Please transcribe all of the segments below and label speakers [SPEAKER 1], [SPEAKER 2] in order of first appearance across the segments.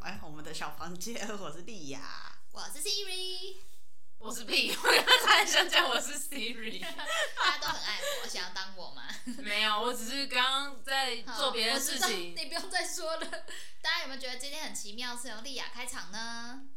[SPEAKER 1] 哎王杰，我是丽雅。
[SPEAKER 2] 我是 Siri，
[SPEAKER 3] 我是屁， 我刚才想讲我是 Siri，
[SPEAKER 2] 大家都很爱我，想要当我吗？
[SPEAKER 3] 没有，我只是刚刚在
[SPEAKER 2] 好
[SPEAKER 3] 做别的事
[SPEAKER 2] 我知
[SPEAKER 3] 情
[SPEAKER 2] 道。你不用再说了。大家有没有觉得今天很奇妙，是由丽雅开场呢？
[SPEAKER 1] 嗯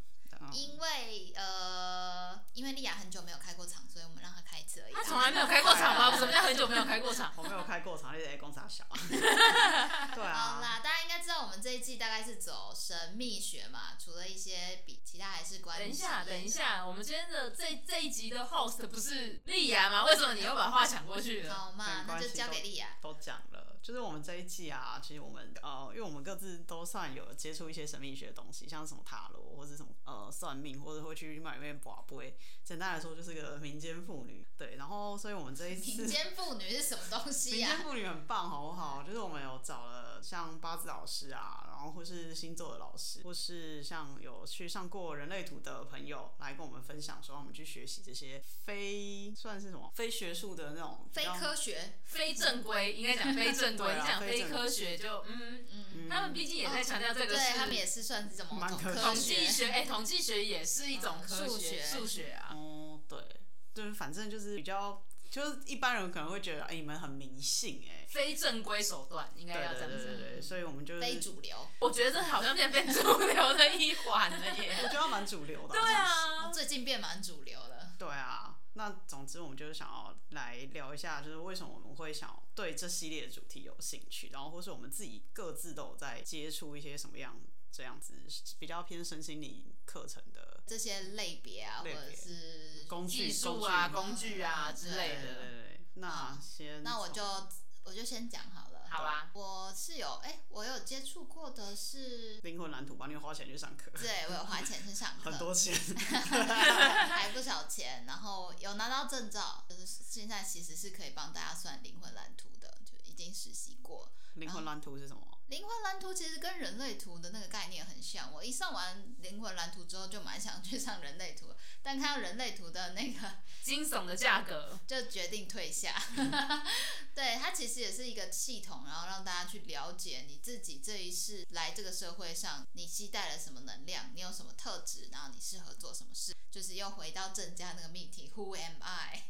[SPEAKER 2] 因为呃，因为丽雅很久没有开过场，所以我们让她开一次而已。
[SPEAKER 3] 他从来没有开过场吗？什么叫很久没有开过场？
[SPEAKER 1] 我没有开过场，你在公傻 小。对
[SPEAKER 2] 好
[SPEAKER 1] 啊，
[SPEAKER 2] 啦，大家应该知道我们这一季大概是走神秘学嘛，除了一些比其他还是关系。
[SPEAKER 3] 等一下，等一，下，我们今天的这这一集的 host 不是丽雅吗？为什么你又把话抢过去了？
[SPEAKER 2] 好嘛，
[SPEAKER 1] 没
[SPEAKER 2] 那
[SPEAKER 1] 关
[SPEAKER 2] 就
[SPEAKER 1] 系
[SPEAKER 2] 交给丽雅。
[SPEAKER 1] 都讲了，就是我们这一季啊，其实我们呃，因为我们各自都算有接触一些神秘学的东西，像什么塔罗或者什么呃算命，或者会去庙里面卜龟。简单来说，就是个民间妇女。对，然后所以我们这一次
[SPEAKER 2] 民间妇女是什么东西
[SPEAKER 1] 民
[SPEAKER 2] 呀、
[SPEAKER 1] 间妇女很棒，好不好？就是我们有找了像八字老师啊，然后或是星座的老师，或是像有去上过人类图的朋友来跟我们分享，说我们去学习这些非算是什么非学术的那种比
[SPEAKER 2] 非
[SPEAKER 1] 较
[SPEAKER 2] 科学，
[SPEAKER 1] 哦
[SPEAKER 3] 非正规应该讲非正规，
[SPEAKER 1] 对啊
[SPEAKER 3] 你讲
[SPEAKER 1] 非
[SPEAKER 3] 非
[SPEAKER 1] 正规
[SPEAKER 3] 科学就嗯，
[SPEAKER 2] 嗯，
[SPEAKER 3] 他们毕竟也在强调这个
[SPEAKER 2] 对他们也
[SPEAKER 3] 是
[SPEAKER 2] 是算是这么
[SPEAKER 1] 蛮
[SPEAKER 2] 种
[SPEAKER 1] 科
[SPEAKER 2] 科
[SPEAKER 3] 统
[SPEAKER 2] 学
[SPEAKER 3] 计学，哎，统计学也是一种
[SPEAKER 2] 嗯
[SPEAKER 3] 科
[SPEAKER 2] 数
[SPEAKER 3] 学，
[SPEAKER 2] 学
[SPEAKER 3] 数学啊，
[SPEAKER 1] 哦，对，就是反正就是比较，就是一般人可能会觉得，哎、你们很迷信、哎。
[SPEAKER 3] 非正规手段应该要
[SPEAKER 1] 对
[SPEAKER 3] 这
[SPEAKER 1] 对
[SPEAKER 3] 样
[SPEAKER 1] 对对
[SPEAKER 3] 子。
[SPEAKER 1] 对，所以我们就是
[SPEAKER 2] 非主流。
[SPEAKER 3] 我觉得这好像变非主流的一环了
[SPEAKER 1] 我
[SPEAKER 3] 耶。
[SPEAKER 1] 觉得蛮主流的、
[SPEAKER 3] 对啊，
[SPEAKER 2] 哦最近变蛮主流了。
[SPEAKER 1] 对啊，那总之我们就是想要来聊一下，就是为什么我们会想对这系列的主题有兴趣，然后或是我们自己各自都有在接触一些什么样这样子比较偏身心灵课程的
[SPEAKER 2] 这些类别啊，
[SPEAKER 1] 类别
[SPEAKER 2] 或者是
[SPEAKER 1] 工具
[SPEAKER 3] 技术啊、
[SPEAKER 1] 工具
[SPEAKER 3] 工具啊之类
[SPEAKER 1] 对对
[SPEAKER 3] 的。
[SPEAKER 1] 对对，那先
[SPEAKER 2] 那我
[SPEAKER 1] 从
[SPEAKER 2] 就我就先讲好了。
[SPEAKER 3] 好啊，
[SPEAKER 2] 我是有哎、我有接触过的是，
[SPEAKER 1] 灵魂蓝图吧，你有花钱去上课，
[SPEAKER 2] 对我有花钱去上课，
[SPEAKER 1] 很多 钱，
[SPEAKER 2] 还不少钱，然后有拿到证照，就是现在其实是可以帮大家算灵魂蓝图的，就已经实习过。
[SPEAKER 1] 灵魂蓝图是什么？
[SPEAKER 2] 灵魂蓝图其实跟人类图的那个概念很像。我一上完灵魂蓝图之后，就蛮想去上人类图，但看到人类图的那个
[SPEAKER 3] 惊悚的价格，
[SPEAKER 2] 就决定退下。 对，它其实也是一个系统，然后让大家去了解你自己这一世来这个社会上，你期待了什么能量，你有什么特质，然后你适合做什么事，就是又回到正家那个命题，Who am I？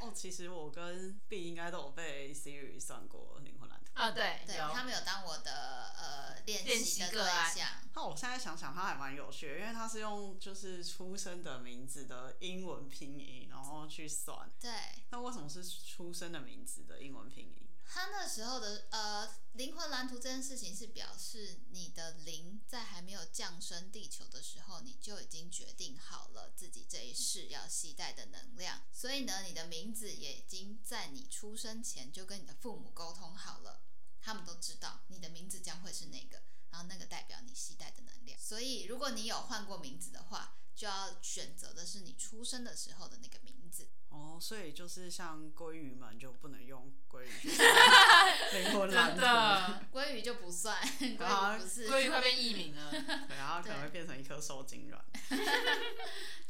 [SPEAKER 1] 哦，其实我跟 B 应该都有被 Siri 算过灵魂蓝图。
[SPEAKER 3] 啊，对，
[SPEAKER 2] 对
[SPEAKER 3] 有
[SPEAKER 2] 他们有当我的呃练
[SPEAKER 3] 练
[SPEAKER 2] 习
[SPEAKER 3] 习
[SPEAKER 2] 的
[SPEAKER 3] 个
[SPEAKER 2] 对
[SPEAKER 3] 案
[SPEAKER 2] 象，
[SPEAKER 1] 那我现在想想，它还蛮有趣的，因为它是用就是出生的名字的英文拼音，然后去算。
[SPEAKER 2] 对。
[SPEAKER 1] 那为什么是出生的名字的英文拼音？
[SPEAKER 2] 他那时候的呃灵魂蓝图这件事情是表示你的灵在还没有降生地球的时候，你就已经决定好了自己这一世要携带的能量，所以呢，你的名字也已经在你出生前就跟你的父母沟通好了，他们都知道你的名字将会是那个，然后那个代表你携带的能量。所以如果你有换过名字的话，就要选择的是你出生的时候的那个名字。
[SPEAKER 1] 哦，所以就是像鲑鱼们就不能用鲑鱼 去灵魂蓝
[SPEAKER 3] 真
[SPEAKER 1] 图，
[SPEAKER 3] 的，
[SPEAKER 2] 鲑鱼就不算，鲑鱼不是，
[SPEAKER 3] 鲑鱼快变艺名 了。
[SPEAKER 1] 对，然后可能会变成一颗受精卵。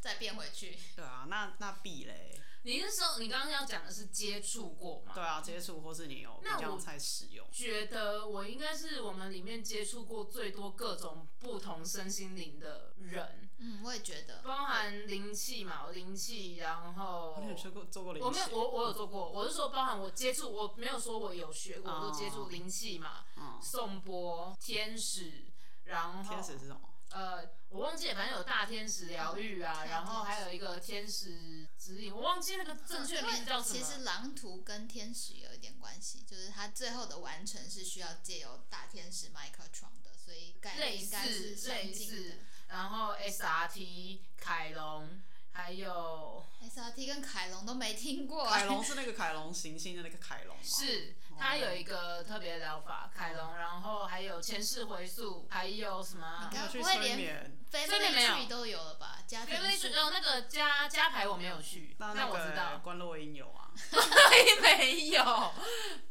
[SPEAKER 2] 再变回去。
[SPEAKER 1] 对啊，那那 B 嘞？
[SPEAKER 3] 你是说你刚刚要讲的是接触过吗？
[SPEAKER 1] 对啊，接触或是你有比
[SPEAKER 3] 那
[SPEAKER 1] 较
[SPEAKER 3] 我
[SPEAKER 1] 才使用。
[SPEAKER 3] 觉得我应该是我们里面接触过最多各种不同身心灵的人，
[SPEAKER 2] 嗯，我也觉得。
[SPEAKER 3] 包含灵气嘛，我灵气，然后
[SPEAKER 1] 你有做过做过灵
[SPEAKER 3] 我没有
[SPEAKER 1] 气？
[SPEAKER 3] 我我有做过，我是说包含我接触，我没有说我有学过，我
[SPEAKER 1] 哦
[SPEAKER 3] 都接触灵气嘛，
[SPEAKER 1] 嗯，
[SPEAKER 3] 颂钵、天使，然后
[SPEAKER 1] 天使是什 么？
[SPEAKER 3] 呃，我忘记了，反正有大天使疗愈啊，
[SPEAKER 2] 嗯
[SPEAKER 3] 然后还有一个天使指引，我忘记那个正确名字叫
[SPEAKER 1] 嗯
[SPEAKER 3] 什
[SPEAKER 2] 其实
[SPEAKER 3] 么。
[SPEAKER 2] 狼图跟天使有一点关系，就是它最后的完成是需要借由大天使 Michael 创的，所以概念应该是相近的
[SPEAKER 3] 类。然后 SRT 凯龙，还有
[SPEAKER 1] 哦
[SPEAKER 2] SRT 跟凯龙都没听过，
[SPEAKER 1] 凯 龙是那个凯龙行星的那个凯龙吗？
[SPEAKER 3] 是它
[SPEAKER 1] 哦
[SPEAKER 3] 有一个特别疗法，凯龙，然后还有前世回溯，还有什么啊
[SPEAKER 2] 你
[SPEAKER 1] 没有
[SPEAKER 2] 看
[SPEAKER 1] 去
[SPEAKER 2] 不会
[SPEAKER 1] 催
[SPEAKER 2] 连
[SPEAKER 1] 眠。
[SPEAKER 2] 飞
[SPEAKER 3] 这边没
[SPEAKER 2] 飞
[SPEAKER 3] 有
[SPEAKER 2] 去都有了吧？家庭
[SPEAKER 3] ？Family
[SPEAKER 2] 树
[SPEAKER 3] Tree，哦，那个加加牌我没有去，
[SPEAKER 1] 那
[SPEAKER 3] 但
[SPEAKER 1] 那
[SPEAKER 3] 我知
[SPEAKER 1] 个
[SPEAKER 3] 道，
[SPEAKER 1] 关洛音有 啊，
[SPEAKER 3] 对，没有，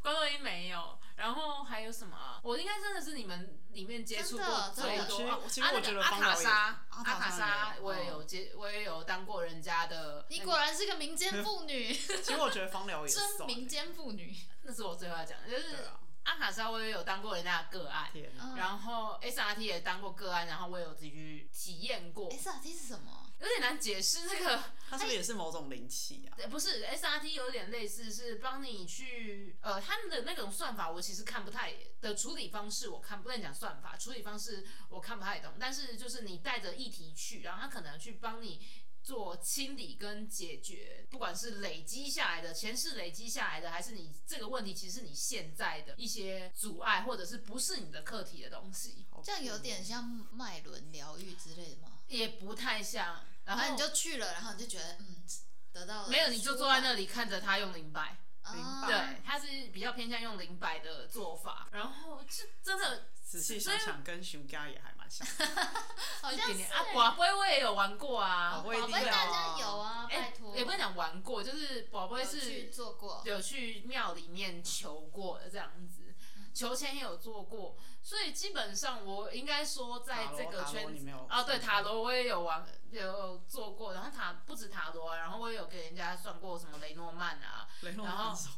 [SPEAKER 3] 关洛英没有。然后还有什么啊？我应该真的是你们里面接触过最
[SPEAKER 2] 真的
[SPEAKER 3] 多
[SPEAKER 2] 真的
[SPEAKER 3] 啊
[SPEAKER 1] 哦其实
[SPEAKER 3] 啊
[SPEAKER 1] 我
[SPEAKER 3] 那
[SPEAKER 1] 觉
[SPEAKER 3] 个
[SPEAKER 1] 得
[SPEAKER 3] 阿
[SPEAKER 1] 方
[SPEAKER 3] 卡
[SPEAKER 1] 疗也
[SPEAKER 3] 莎，
[SPEAKER 1] 阿
[SPEAKER 3] 阿
[SPEAKER 1] 卡
[SPEAKER 3] 卡
[SPEAKER 1] 莎
[SPEAKER 3] 莎
[SPEAKER 1] 也，有
[SPEAKER 3] 我也
[SPEAKER 1] 嗯
[SPEAKER 3] 有接，我也有当过人家的。
[SPEAKER 2] 你
[SPEAKER 3] 那
[SPEAKER 2] 果然是个民间妇女，
[SPEAKER 1] 其实我觉得芳疗也算、
[SPEAKER 2] 真
[SPEAKER 1] 欸，
[SPEAKER 2] 民间妇女。
[SPEAKER 3] 那是我最后要讲的，就是
[SPEAKER 1] 对啊，
[SPEAKER 3] 阿卡莎我也有当过人家的个案，
[SPEAKER 1] 天啊哪，
[SPEAKER 2] 嗯
[SPEAKER 3] 然后 SRT 也当过个案，然后我也有自己去体验过，
[SPEAKER 1] 哎
[SPEAKER 2] SRT 是什么？
[SPEAKER 3] 有点难解释这个。
[SPEAKER 1] 它是不是也是某种灵气啊？
[SPEAKER 3] 呃不是 SRT 有点类似是帮你去呃他们的那种算法，我其实看不太的处理方式，我看不能讲算法，处理方式我看不太懂。但是就是你带着议题去，然后他可能去帮你做清理跟解决，不管是累积下来的前世累积下来的，还是你这个问题其实是你现在的一些阻碍，或者是不是你的课题的东西，
[SPEAKER 1] 好
[SPEAKER 2] 这样
[SPEAKER 1] 酷
[SPEAKER 2] 有点
[SPEAKER 1] 哦
[SPEAKER 2] 像脉轮疗愈之类的吗？
[SPEAKER 3] 也不太像。然
[SPEAKER 2] 然
[SPEAKER 3] 后
[SPEAKER 2] 后你就去了，然后你就觉得嗯，得到了
[SPEAKER 3] 没有，你就坐在那
[SPEAKER 2] 里，
[SPEAKER 3] 里看着他用灵摆。
[SPEAKER 2] 啊
[SPEAKER 3] 对，它是比较偏向用零摆的做法，然后这真的
[SPEAKER 1] 仔细想想，跟熊家也还蛮 像的。
[SPEAKER 2] 好
[SPEAKER 3] 一
[SPEAKER 2] 像
[SPEAKER 3] 点
[SPEAKER 2] 是
[SPEAKER 3] 点啊，寡杯我也有玩过
[SPEAKER 1] 宝
[SPEAKER 3] 啊，
[SPEAKER 1] 贝
[SPEAKER 2] 欸宝
[SPEAKER 1] 一定
[SPEAKER 2] 贝
[SPEAKER 1] 有
[SPEAKER 2] 大家有啊，拜
[SPEAKER 3] 哎
[SPEAKER 2] 托，
[SPEAKER 3] 也不能讲玩过，就是宝贝
[SPEAKER 2] 有去
[SPEAKER 3] 是
[SPEAKER 2] 做过，
[SPEAKER 3] 有去庙里面求过的这样子，
[SPEAKER 2] 嗯
[SPEAKER 3] 求签也有做过，所以基本上我应该说在
[SPEAKER 1] 塔罗
[SPEAKER 3] 这个
[SPEAKER 1] 塔罗
[SPEAKER 3] 圈
[SPEAKER 1] 你
[SPEAKER 3] 子
[SPEAKER 1] 没有
[SPEAKER 3] 啊，对
[SPEAKER 1] 算过
[SPEAKER 3] 塔罗我也有玩有做过，然后塔不止塔罗啊，然后我也有给人家算过什么雷诺曼啊，
[SPEAKER 1] 雷诺
[SPEAKER 3] 然后
[SPEAKER 1] 分手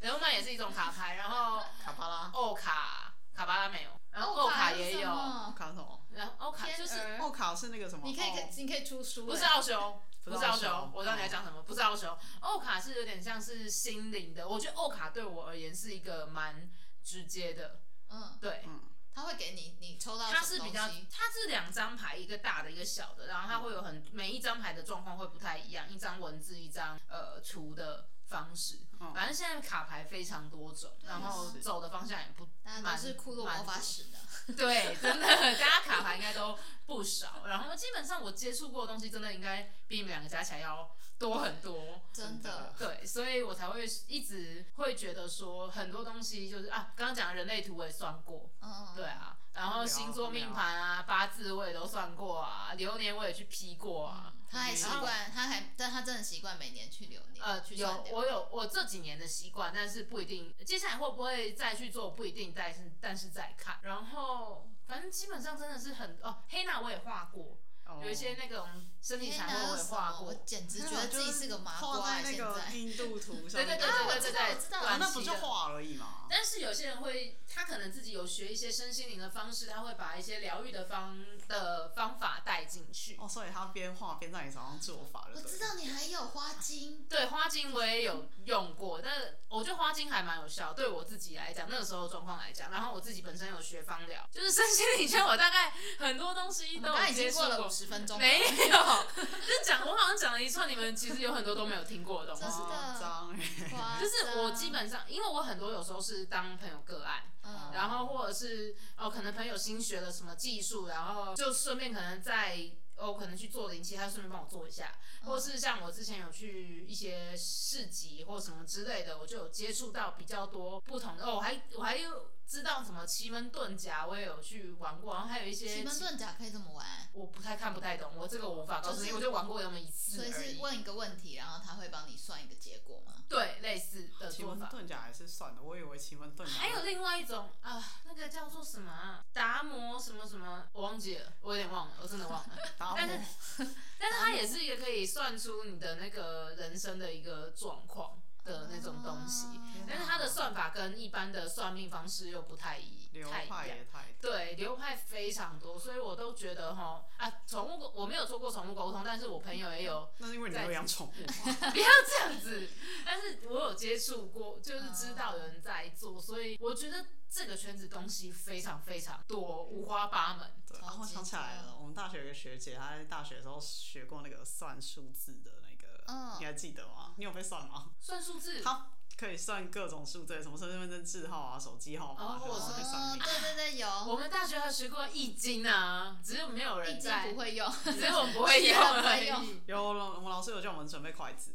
[SPEAKER 3] 雷诺曼也是一种卡牌，然后
[SPEAKER 1] 卡巴拉，
[SPEAKER 3] 欧卡卡巴拉没有，然后
[SPEAKER 2] 欧
[SPEAKER 3] 欧
[SPEAKER 2] 卡
[SPEAKER 3] 卡
[SPEAKER 2] 是
[SPEAKER 3] 也
[SPEAKER 2] 什
[SPEAKER 3] 有，
[SPEAKER 1] 奥
[SPEAKER 2] 么
[SPEAKER 1] 卡是什么？
[SPEAKER 3] 然后欧卡
[SPEAKER 2] 天
[SPEAKER 3] 就是
[SPEAKER 2] 鹅
[SPEAKER 1] 奥卡是那个什么？
[SPEAKER 2] 你可以
[SPEAKER 1] 哦
[SPEAKER 2] 可你可以出书，
[SPEAKER 3] 不是啊
[SPEAKER 2] 哎
[SPEAKER 3] 奥修，
[SPEAKER 1] 不
[SPEAKER 3] 不
[SPEAKER 1] 是
[SPEAKER 3] 是奥
[SPEAKER 1] 奥修
[SPEAKER 3] 修，我知道你在讲什么，不是奥修，欧卡是有点像是心灵的，我觉得欧卡对我而言是一个蛮直接的，
[SPEAKER 2] 嗯，
[SPEAKER 3] 对。
[SPEAKER 1] 嗯，
[SPEAKER 2] 他会给你你抽到
[SPEAKER 3] 它
[SPEAKER 2] 什
[SPEAKER 3] 是
[SPEAKER 2] 么
[SPEAKER 3] 比
[SPEAKER 2] 东
[SPEAKER 3] 较，
[SPEAKER 2] 西
[SPEAKER 3] 它是两张牌，一个大的，一个小的，然后它会有很每一张牌的状况会不太一样，一张文字，一张呃图的方式，
[SPEAKER 1] 嗯
[SPEAKER 2] 哦
[SPEAKER 3] 反正现在卡牌非常多种，然后
[SPEAKER 1] 是
[SPEAKER 3] 走的方向也不
[SPEAKER 2] 大家
[SPEAKER 3] 蛮
[SPEAKER 2] 都是库洛魔
[SPEAKER 3] 蛮
[SPEAKER 2] 法使的，
[SPEAKER 3] 对，真的，大家卡牌应该都不少。然后基本上我接触过的东西，真的应该比你们两个加起来要多很多。
[SPEAKER 2] 真的
[SPEAKER 1] 的，
[SPEAKER 3] 对，所以我才会一直会觉得说，很多东西就是啊，刚刚讲的人类图我也算过，
[SPEAKER 2] 嗯，嗯
[SPEAKER 3] 对，啊，然后星座命盘啊、八字我也都算过啊，流年我也去批过啊。
[SPEAKER 2] 嗯他还习
[SPEAKER 1] 然后
[SPEAKER 2] 惯，他还但他真的习惯每年去流年，
[SPEAKER 3] 呃，
[SPEAKER 2] 去算
[SPEAKER 3] 有
[SPEAKER 2] 流
[SPEAKER 3] 我有我这几年的习惯，但是不一定，接下来会不会再去做不一定，但是但是再看。然后反正基本上真的是很哦，黑娜我也画过，
[SPEAKER 1] 哦
[SPEAKER 3] 有一些那种身体
[SPEAKER 2] 年
[SPEAKER 3] 产
[SPEAKER 2] 哪
[SPEAKER 3] 后
[SPEAKER 2] 有
[SPEAKER 3] 我也
[SPEAKER 2] 什
[SPEAKER 3] 画
[SPEAKER 2] 么？
[SPEAKER 3] 过
[SPEAKER 2] 我，简直
[SPEAKER 1] 没有
[SPEAKER 2] 觉得自己
[SPEAKER 1] 就是
[SPEAKER 2] 个麻
[SPEAKER 1] 画
[SPEAKER 2] 瓜啊，
[SPEAKER 1] 在
[SPEAKER 2] 现
[SPEAKER 1] 那个
[SPEAKER 2] 在
[SPEAKER 1] 印度图上
[SPEAKER 3] 对
[SPEAKER 1] 面，
[SPEAKER 3] 对对
[SPEAKER 2] 啊
[SPEAKER 3] 对
[SPEAKER 2] 我
[SPEAKER 3] 对
[SPEAKER 2] 知
[SPEAKER 3] 对
[SPEAKER 2] 道我知道
[SPEAKER 3] 对，
[SPEAKER 1] 啊
[SPEAKER 3] 短
[SPEAKER 1] 那不
[SPEAKER 3] 期
[SPEAKER 1] 就
[SPEAKER 3] 的。
[SPEAKER 1] 画而已吗？
[SPEAKER 3] 但是有些人会，他可能自己有学一些身心灵的方式，他会把一些疗愈的方的方法带进去。
[SPEAKER 1] 哦，所以他边画边在你手上做法了。
[SPEAKER 2] 我知道你还有花精，
[SPEAKER 3] 对花精我也有用过，但是我觉得花精还蛮有效，对我自己来讲，那个时候状况来讲，然后我自己本身有学芳疗，就是身心灵圈，我大概很多东西
[SPEAKER 2] 我们
[SPEAKER 3] 都有
[SPEAKER 2] 刚刚已
[SPEAKER 3] 接
[SPEAKER 2] 经
[SPEAKER 3] 触
[SPEAKER 2] 过了五十分钟，
[SPEAKER 3] 没有，就讲我好像讲了一串，你们其实有很多都没有听过的东
[SPEAKER 2] 真
[SPEAKER 3] 西
[SPEAKER 2] 是。的
[SPEAKER 1] 夸张哎，
[SPEAKER 2] 夸张，
[SPEAKER 3] 就是我基本上，因为我很多有时候是当朋友个案，
[SPEAKER 2] 嗯
[SPEAKER 3] 然后或者是哦，可能朋友新学了什么技术，然后就顺便可能在哦，可能去做灵气，他顺便帮我做一下，
[SPEAKER 2] 嗯
[SPEAKER 3] 或是像我之前有去一些市集或什么之类的，我就有接触到比较多不同的哦，我还我还有知道什么奇门遁甲，我也有去玩过，然后还有一些
[SPEAKER 2] 奇门遁甲可以这么玩，
[SPEAKER 3] 我不太看不太懂，我这个我无法告诉
[SPEAKER 2] 就
[SPEAKER 3] 你，
[SPEAKER 2] 是
[SPEAKER 3] 我就玩过那么一次
[SPEAKER 2] 所以
[SPEAKER 3] 而
[SPEAKER 2] 是
[SPEAKER 3] 已。
[SPEAKER 2] 问一个问题，然后他会帮你算一个结果吗？
[SPEAKER 3] 对，类似的
[SPEAKER 1] 奇
[SPEAKER 3] 做
[SPEAKER 1] 门
[SPEAKER 3] 法。
[SPEAKER 1] 遁甲还是算了，我以为奇门遁甲
[SPEAKER 3] 还有另外一种啊、那个叫做什么啊达摩什么什么，我忘记了，我有点忘了，我真的忘了。
[SPEAKER 1] 打
[SPEAKER 3] 但是
[SPEAKER 1] 我，
[SPEAKER 3] 但是它也是一个可以算出你的那个人生的一个状况的哦那种东西，
[SPEAKER 1] 哦
[SPEAKER 2] 啊
[SPEAKER 3] 但是它的算法跟一般的算命方式又不太一
[SPEAKER 1] 流
[SPEAKER 3] 太一
[SPEAKER 1] 派
[SPEAKER 3] 样。
[SPEAKER 1] 也太多
[SPEAKER 3] 对，流派非常多，所以我都觉得哈啊，宠物沟我没有做过宠物沟通，但是我朋友也有
[SPEAKER 1] 那是因为你没有养宠物嘛，
[SPEAKER 3] 不要这样子。但是我有接触过，就是知道有人在做，所以我觉得这个圈子东西非常非常多，五花八门。
[SPEAKER 1] 对，
[SPEAKER 2] 哦
[SPEAKER 1] 然后我想起
[SPEAKER 2] 啊
[SPEAKER 1] 来了，我们大学有个学姐，她在大学的时候学过那个算数字的那个，
[SPEAKER 2] 嗯
[SPEAKER 1] 你还记得吗？你有被算吗？
[SPEAKER 3] 算数字，
[SPEAKER 1] 她可以算各种数字，什么身份证字号啊、手机号码，
[SPEAKER 3] 哦
[SPEAKER 1] 或者是被算
[SPEAKER 2] 哦，
[SPEAKER 1] 命。
[SPEAKER 2] 对对对，
[SPEAKER 3] 我
[SPEAKER 2] 有，
[SPEAKER 3] 们大学还学过易经啊，只是没有人
[SPEAKER 2] 易经
[SPEAKER 3] 在，
[SPEAKER 2] 不会用，
[SPEAKER 3] 只是我们 不会用
[SPEAKER 2] 学了不
[SPEAKER 3] 而
[SPEAKER 2] 会
[SPEAKER 3] 已。
[SPEAKER 2] 用
[SPEAKER 1] 有，我们老师有叫我们准备筷子，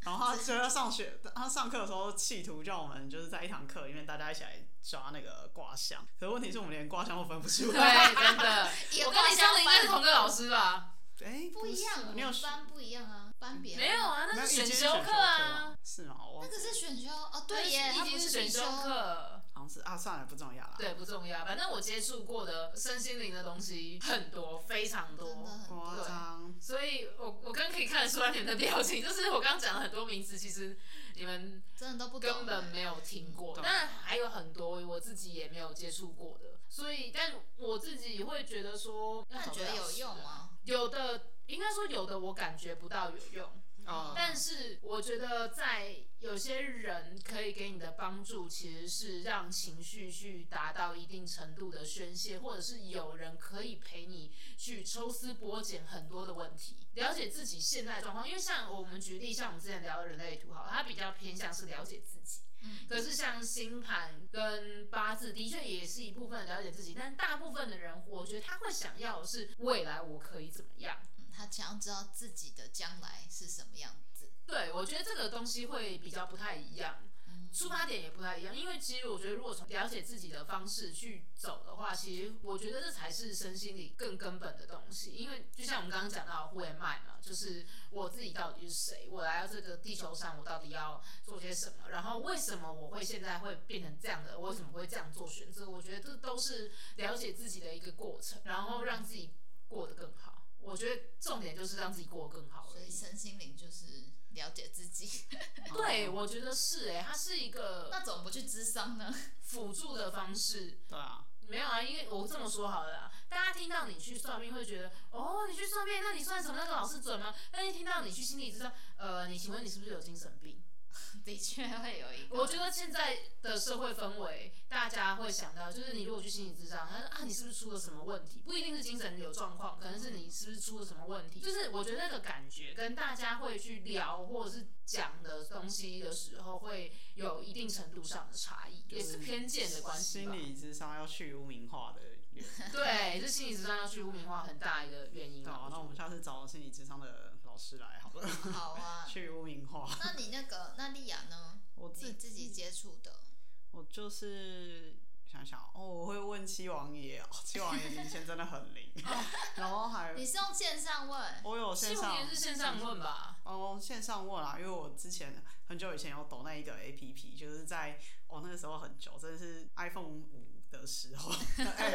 [SPEAKER 1] 然后他觉得上学，他上课的时候企图叫我们就是在一堂课里面大家一起来抓那个卦象，可是问题是我们连卦象都分不出来。
[SPEAKER 3] 对，真的。
[SPEAKER 2] 也
[SPEAKER 3] 我跟你相的应该是同
[SPEAKER 2] 班
[SPEAKER 3] 个老师吧？
[SPEAKER 1] 哎，
[SPEAKER 2] 不一
[SPEAKER 1] 是
[SPEAKER 2] 样，我
[SPEAKER 1] 你有
[SPEAKER 2] 们班不一样啊，班别
[SPEAKER 3] 没有。啊，
[SPEAKER 1] 没
[SPEAKER 3] 那
[SPEAKER 1] 有
[SPEAKER 3] 是
[SPEAKER 1] 易经
[SPEAKER 3] 选
[SPEAKER 1] 选
[SPEAKER 3] 修
[SPEAKER 1] 修
[SPEAKER 3] 课啊。
[SPEAKER 1] 吗，是吗？我
[SPEAKER 2] 那个是选修哦，对耶，
[SPEAKER 3] 易
[SPEAKER 2] 它
[SPEAKER 3] 经
[SPEAKER 2] 不
[SPEAKER 3] 是选修
[SPEAKER 2] 修，
[SPEAKER 3] 课，啊
[SPEAKER 1] 好像子啊，算了，不重要啦。
[SPEAKER 3] 对，不重要。反正我接触过的身心灵的东西很多，非常多。
[SPEAKER 2] 真的很
[SPEAKER 1] 夸
[SPEAKER 2] 多。
[SPEAKER 1] 张，
[SPEAKER 3] 所以我，我刚可以看得出来你们的表情，就是我刚讲了很多名词，其实你们
[SPEAKER 2] 真的都不懂、
[SPEAKER 3] 根本没有听过。
[SPEAKER 1] 懂
[SPEAKER 3] 但还有很多我自己也没有接触过的，所以，但我自己会觉得说，
[SPEAKER 2] 那你觉得有用啊吗？
[SPEAKER 3] 有的，应该说有的我感觉不到有用，
[SPEAKER 1] 哦，
[SPEAKER 3] 但是我觉得在有些人可以给你的帮助，其实是让情绪去达到一定程度的宣泄，或者是有人可以陪你去抽丝剥茧很多的问题，了解自己现在的状况。因为像我们举例，像我们之前聊的人类图好了，它比较偏向是了解自己。
[SPEAKER 2] 嗯，
[SPEAKER 3] 可是像星盘跟八字，的确也是一部分了解自己，但大部分的人，我觉得他会想要的是未来我可以怎么样。
[SPEAKER 2] 嗯他想要知道自己的将来是什么样子。
[SPEAKER 3] 对，我觉得这个东西会比较不太一样，
[SPEAKER 2] 嗯
[SPEAKER 3] 出发点也不太一样。因为其实我觉得，如果从了解自己的方式去走的话，其实我觉得这才是身心里更根本的东西。因为就像我们刚刚讲到 Who am I 嘛，就是我自己到底是谁，我来到这个地球上，我到底要做些什么，然后为什么我会现在会变成这样的，我为什么会这样做选择？我觉得这都是了解自己的一个过程，然后让自己过得更好。我觉得重点就是让自己过得更好而
[SPEAKER 2] 所
[SPEAKER 3] 已。
[SPEAKER 2] 以身心灵就是了解自己，
[SPEAKER 3] 对，我觉得是哎、它是一个
[SPEAKER 2] 那怎么不去智商呢？
[SPEAKER 3] 辅助的方式。
[SPEAKER 1] 对啊，
[SPEAKER 3] 没有啊，因为我这么说好了啦，大家听到你去算命会觉得，哦，你去算命，那你算什么那个老师准吗？但一听到你去心理智商，呃，你请问你是不是有精神病？
[SPEAKER 2] 的确会有一个，
[SPEAKER 3] 我觉得现在的社会氛围，大家会想到，就是你如果去心理咨商，他说啊，你是不是出了什么问题？不一定是精神有状况，可能是你是不是出了什么问题。就是我觉得那个感觉跟大家会去聊或者是讲的东西的时候，会有一定程度上的差异，也是偏见的关系
[SPEAKER 1] 心
[SPEAKER 3] 吧。
[SPEAKER 1] 理智商要去污名化的原因。
[SPEAKER 3] 对，是心理咨商要去污名化很大一个原因
[SPEAKER 1] 对啊
[SPEAKER 3] 啊。，
[SPEAKER 1] 那我们下次找心理智商的老师来好 了，
[SPEAKER 2] 好啊。
[SPEAKER 1] 去污名化。
[SPEAKER 2] 那你那个那莉亚呢？
[SPEAKER 1] 我
[SPEAKER 2] 你
[SPEAKER 1] 自
[SPEAKER 2] 自己接触的，
[SPEAKER 1] 我就是想想哦，我会问七王爷哦，七王爷以前真的很 灵，
[SPEAKER 3] 哦
[SPEAKER 1] 然后还
[SPEAKER 2] 你是用线上问？
[SPEAKER 1] 我有线
[SPEAKER 3] 新闻
[SPEAKER 1] 上
[SPEAKER 3] 也是线上问吧？
[SPEAKER 1] 哦线上问啦，因为我之前很久以前有抖那一个 A P P，就是在哦那个时候很久，真的是 iPhone 五的时 候，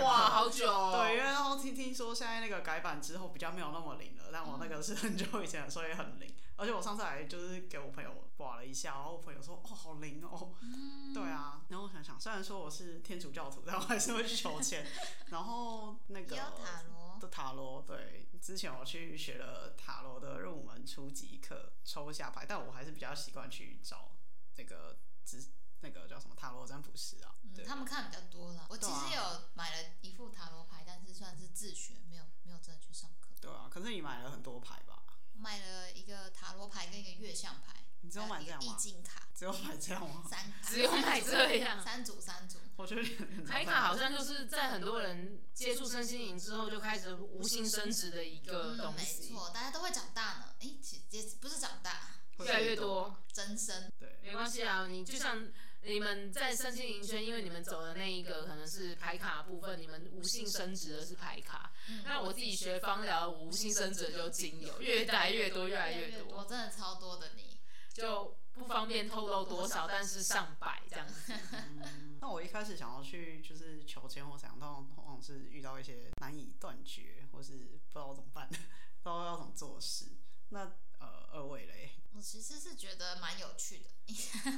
[SPEAKER 3] 哇，好久、哦。
[SPEAKER 1] 哎对，因为然后听听说现在那个改版之后比较没有那么灵了，但我那个是很久以前的，所以很灵。而且我上次还就是给我朋友刮了一下，然后我朋友说哦好灵哦，
[SPEAKER 2] 嗯，
[SPEAKER 1] 对啊。然后我想想，虽然说我是天主教徒，但我还是会去求签。然后那个
[SPEAKER 2] 也有塔罗，
[SPEAKER 1] 的塔罗，对，之前我去学了塔罗的入门初级课，抽下牌，但我还是比较习惯去找这个只那个叫什么塔罗占卜师啊，
[SPEAKER 2] 嗯
[SPEAKER 1] 对，
[SPEAKER 2] 他们看比较多了。我其
[SPEAKER 1] 对啊
[SPEAKER 2] 实有买了一副塔罗牌，但是算是自学，没有没有真的去上课。
[SPEAKER 1] 对啊。可是你买了很多牌吧？
[SPEAKER 2] 我买了一个塔罗牌跟一个月相牌，
[SPEAKER 1] 你只有
[SPEAKER 2] 还
[SPEAKER 1] 买
[SPEAKER 2] 一
[SPEAKER 1] 这
[SPEAKER 2] 个
[SPEAKER 1] 样
[SPEAKER 2] 易
[SPEAKER 1] 吗？哦
[SPEAKER 2] 经卡，
[SPEAKER 1] 只有买这样吗？
[SPEAKER 2] 三卡，
[SPEAKER 3] 只有买这样
[SPEAKER 2] 三组三组。
[SPEAKER 1] 我觉得很
[SPEAKER 3] 牌卡好像就是在很多人接触身心灵之后就开始无性生殖的一个
[SPEAKER 2] 嗯，
[SPEAKER 3] 东
[SPEAKER 2] 没
[SPEAKER 3] 西，
[SPEAKER 2] 错，大家都会长大呢。诶，其实也不是长大，
[SPEAKER 3] 越来越多。
[SPEAKER 2] 增生。
[SPEAKER 1] 对
[SPEAKER 3] 没关系啊，你就像你们在身心灵圈，因为你们走的那一个可能是牌卡部分，你们无性生殖的是牌卡。
[SPEAKER 2] 嗯，
[SPEAKER 3] 那我自己学芳疗，无性生殖就精油，越来越多，越来越
[SPEAKER 2] 我
[SPEAKER 3] 多，
[SPEAKER 2] 真的超多的你。
[SPEAKER 3] 就不方便透露多少，但是上百这样子。
[SPEAKER 1] 嗯那我一开始想要去就是求签或怎样，通常通常是遇到一些难以断绝，或是不知道怎么办，不 知道要怎么做事。那呃，二位嘞，
[SPEAKER 2] 我其实是觉得蛮有趣的，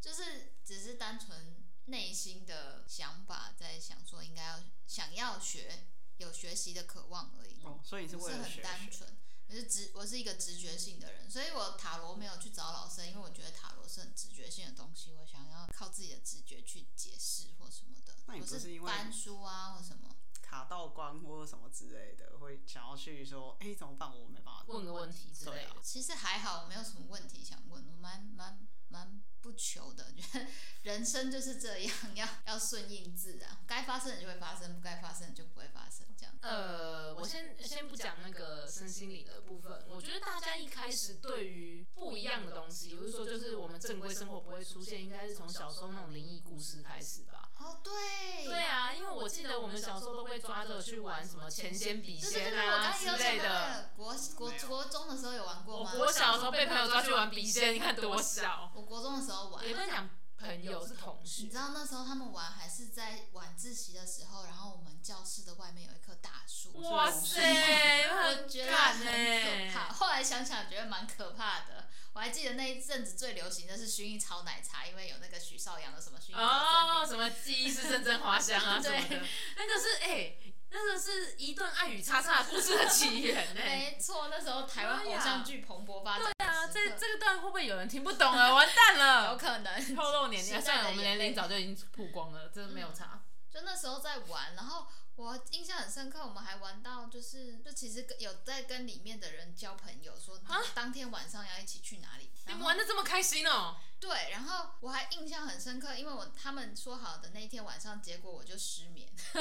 [SPEAKER 2] 就是只是单纯内心的想法，在想说应该要想要学，有学习的渴望而已，
[SPEAKER 1] 哦，所以你是
[SPEAKER 2] 不
[SPEAKER 1] 为
[SPEAKER 2] 是
[SPEAKER 1] 了
[SPEAKER 2] 很
[SPEAKER 1] 学
[SPEAKER 2] 单
[SPEAKER 1] 学
[SPEAKER 2] 纯。我是直，我是一个直觉性的人，所以我塔罗没有去找老师，因为我觉得塔罗是很直觉性的东西，我想要靠自己的直觉去解释或什么的。
[SPEAKER 1] 那你
[SPEAKER 2] 我
[SPEAKER 1] 不是因为
[SPEAKER 2] 翻书啊或什么？
[SPEAKER 1] 卡到关或者什么之类的，会想要去说，哎、怎么办？我没办法。
[SPEAKER 3] 问个问题之类
[SPEAKER 1] 对啊
[SPEAKER 3] 的，
[SPEAKER 2] 其实还好，我没有什么问题想问，我蛮蛮蛮不求的， 觉得人生就是这样， 要要顺应自然，该发生的就会发生，不该发生的就不会发生，这样。
[SPEAKER 3] 呃，我先先不讲那个身心灵的部分，我觉得大家一开始对于不一样的东西，比如说就是我们正规生活不会出现，应该是从小时候那种灵异故事开始吧。
[SPEAKER 2] 哦，对，
[SPEAKER 3] 对啊，因为我记得我们小时候都会抓着去玩什么钱仙笔
[SPEAKER 2] 对对
[SPEAKER 3] 仙
[SPEAKER 2] 对，我刚
[SPEAKER 3] 啊
[SPEAKER 2] 刚也
[SPEAKER 3] 之
[SPEAKER 2] 有
[SPEAKER 3] 类
[SPEAKER 2] 想到那
[SPEAKER 3] 的。
[SPEAKER 2] 个国国
[SPEAKER 1] 没有
[SPEAKER 2] 国中的时候有玩过
[SPEAKER 3] 我
[SPEAKER 2] 吗？
[SPEAKER 3] 国小的时候被朋友抓去玩笔仙，你看多小。
[SPEAKER 2] 我国中的时候玩
[SPEAKER 3] 也，不能讲朋友是同学。
[SPEAKER 2] 你知道那时候他们玩还是在晚自习的时候，然后我们教室的外面有一棵大树，
[SPEAKER 3] 哇塞，
[SPEAKER 2] 我觉得
[SPEAKER 3] 敢
[SPEAKER 2] 很
[SPEAKER 3] 欸
[SPEAKER 2] 可怕。后来想想觉得蛮可怕的。我还记得那一阵子最流行的是薰衣草奶茶，因为有那个许绍洋的什么薰衣草森林。
[SPEAKER 3] 哦，什么记忆是阵阵花香啊什
[SPEAKER 2] 对
[SPEAKER 3] 么的，那个是哎、那个是一段爱与叉叉故事的起源欸呢、
[SPEAKER 2] 没错，那时候台湾偶像剧蓬勃发展
[SPEAKER 3] 对
[SPEAKER 2] 的
[SPEAKER 3] 啊，
[SPEAKER 2] 时
[SPEAKER 3] 这
[SPEAKER 2] 刻。
[SPEAKER 3] 这个段会不会有人听不懂啊？完蛋
[SPEAKER 2] 有
[SPEAKER 3] 了，
[SPEAKER 2] 可能。
[SPEAKER 3] 透露年龄啊，
[SPEAKER 2] 时代
[SPEAKER 3] 算
[SPEAKER 2] 的
[SPEAKER 3] 了，我们
[SPEAKER 2] 眼
[SPEAKER 3] 年
[SPEAKER 2] 泪
[SPEAKER 3] 龄早就已经曝光了，这没有差。
[SPEAKER 2] 就那时候在玩，然后我印象很深刻，我们还玩到就是，就其实跟有在跟里面的人交朋友，说当天晚上要一起去哪里。
[SPEAKER 3] 嗯你
[SPEAKER 2] 然
[SPEAKER 3] 们
[SPEAKER 2] 后
[SPEAKER 3] 玩的这么开心哦、
[SPEAKER 2] 对，然后我还印象很深刻，因为我他们说好的那一天晚上，结果我就失眠，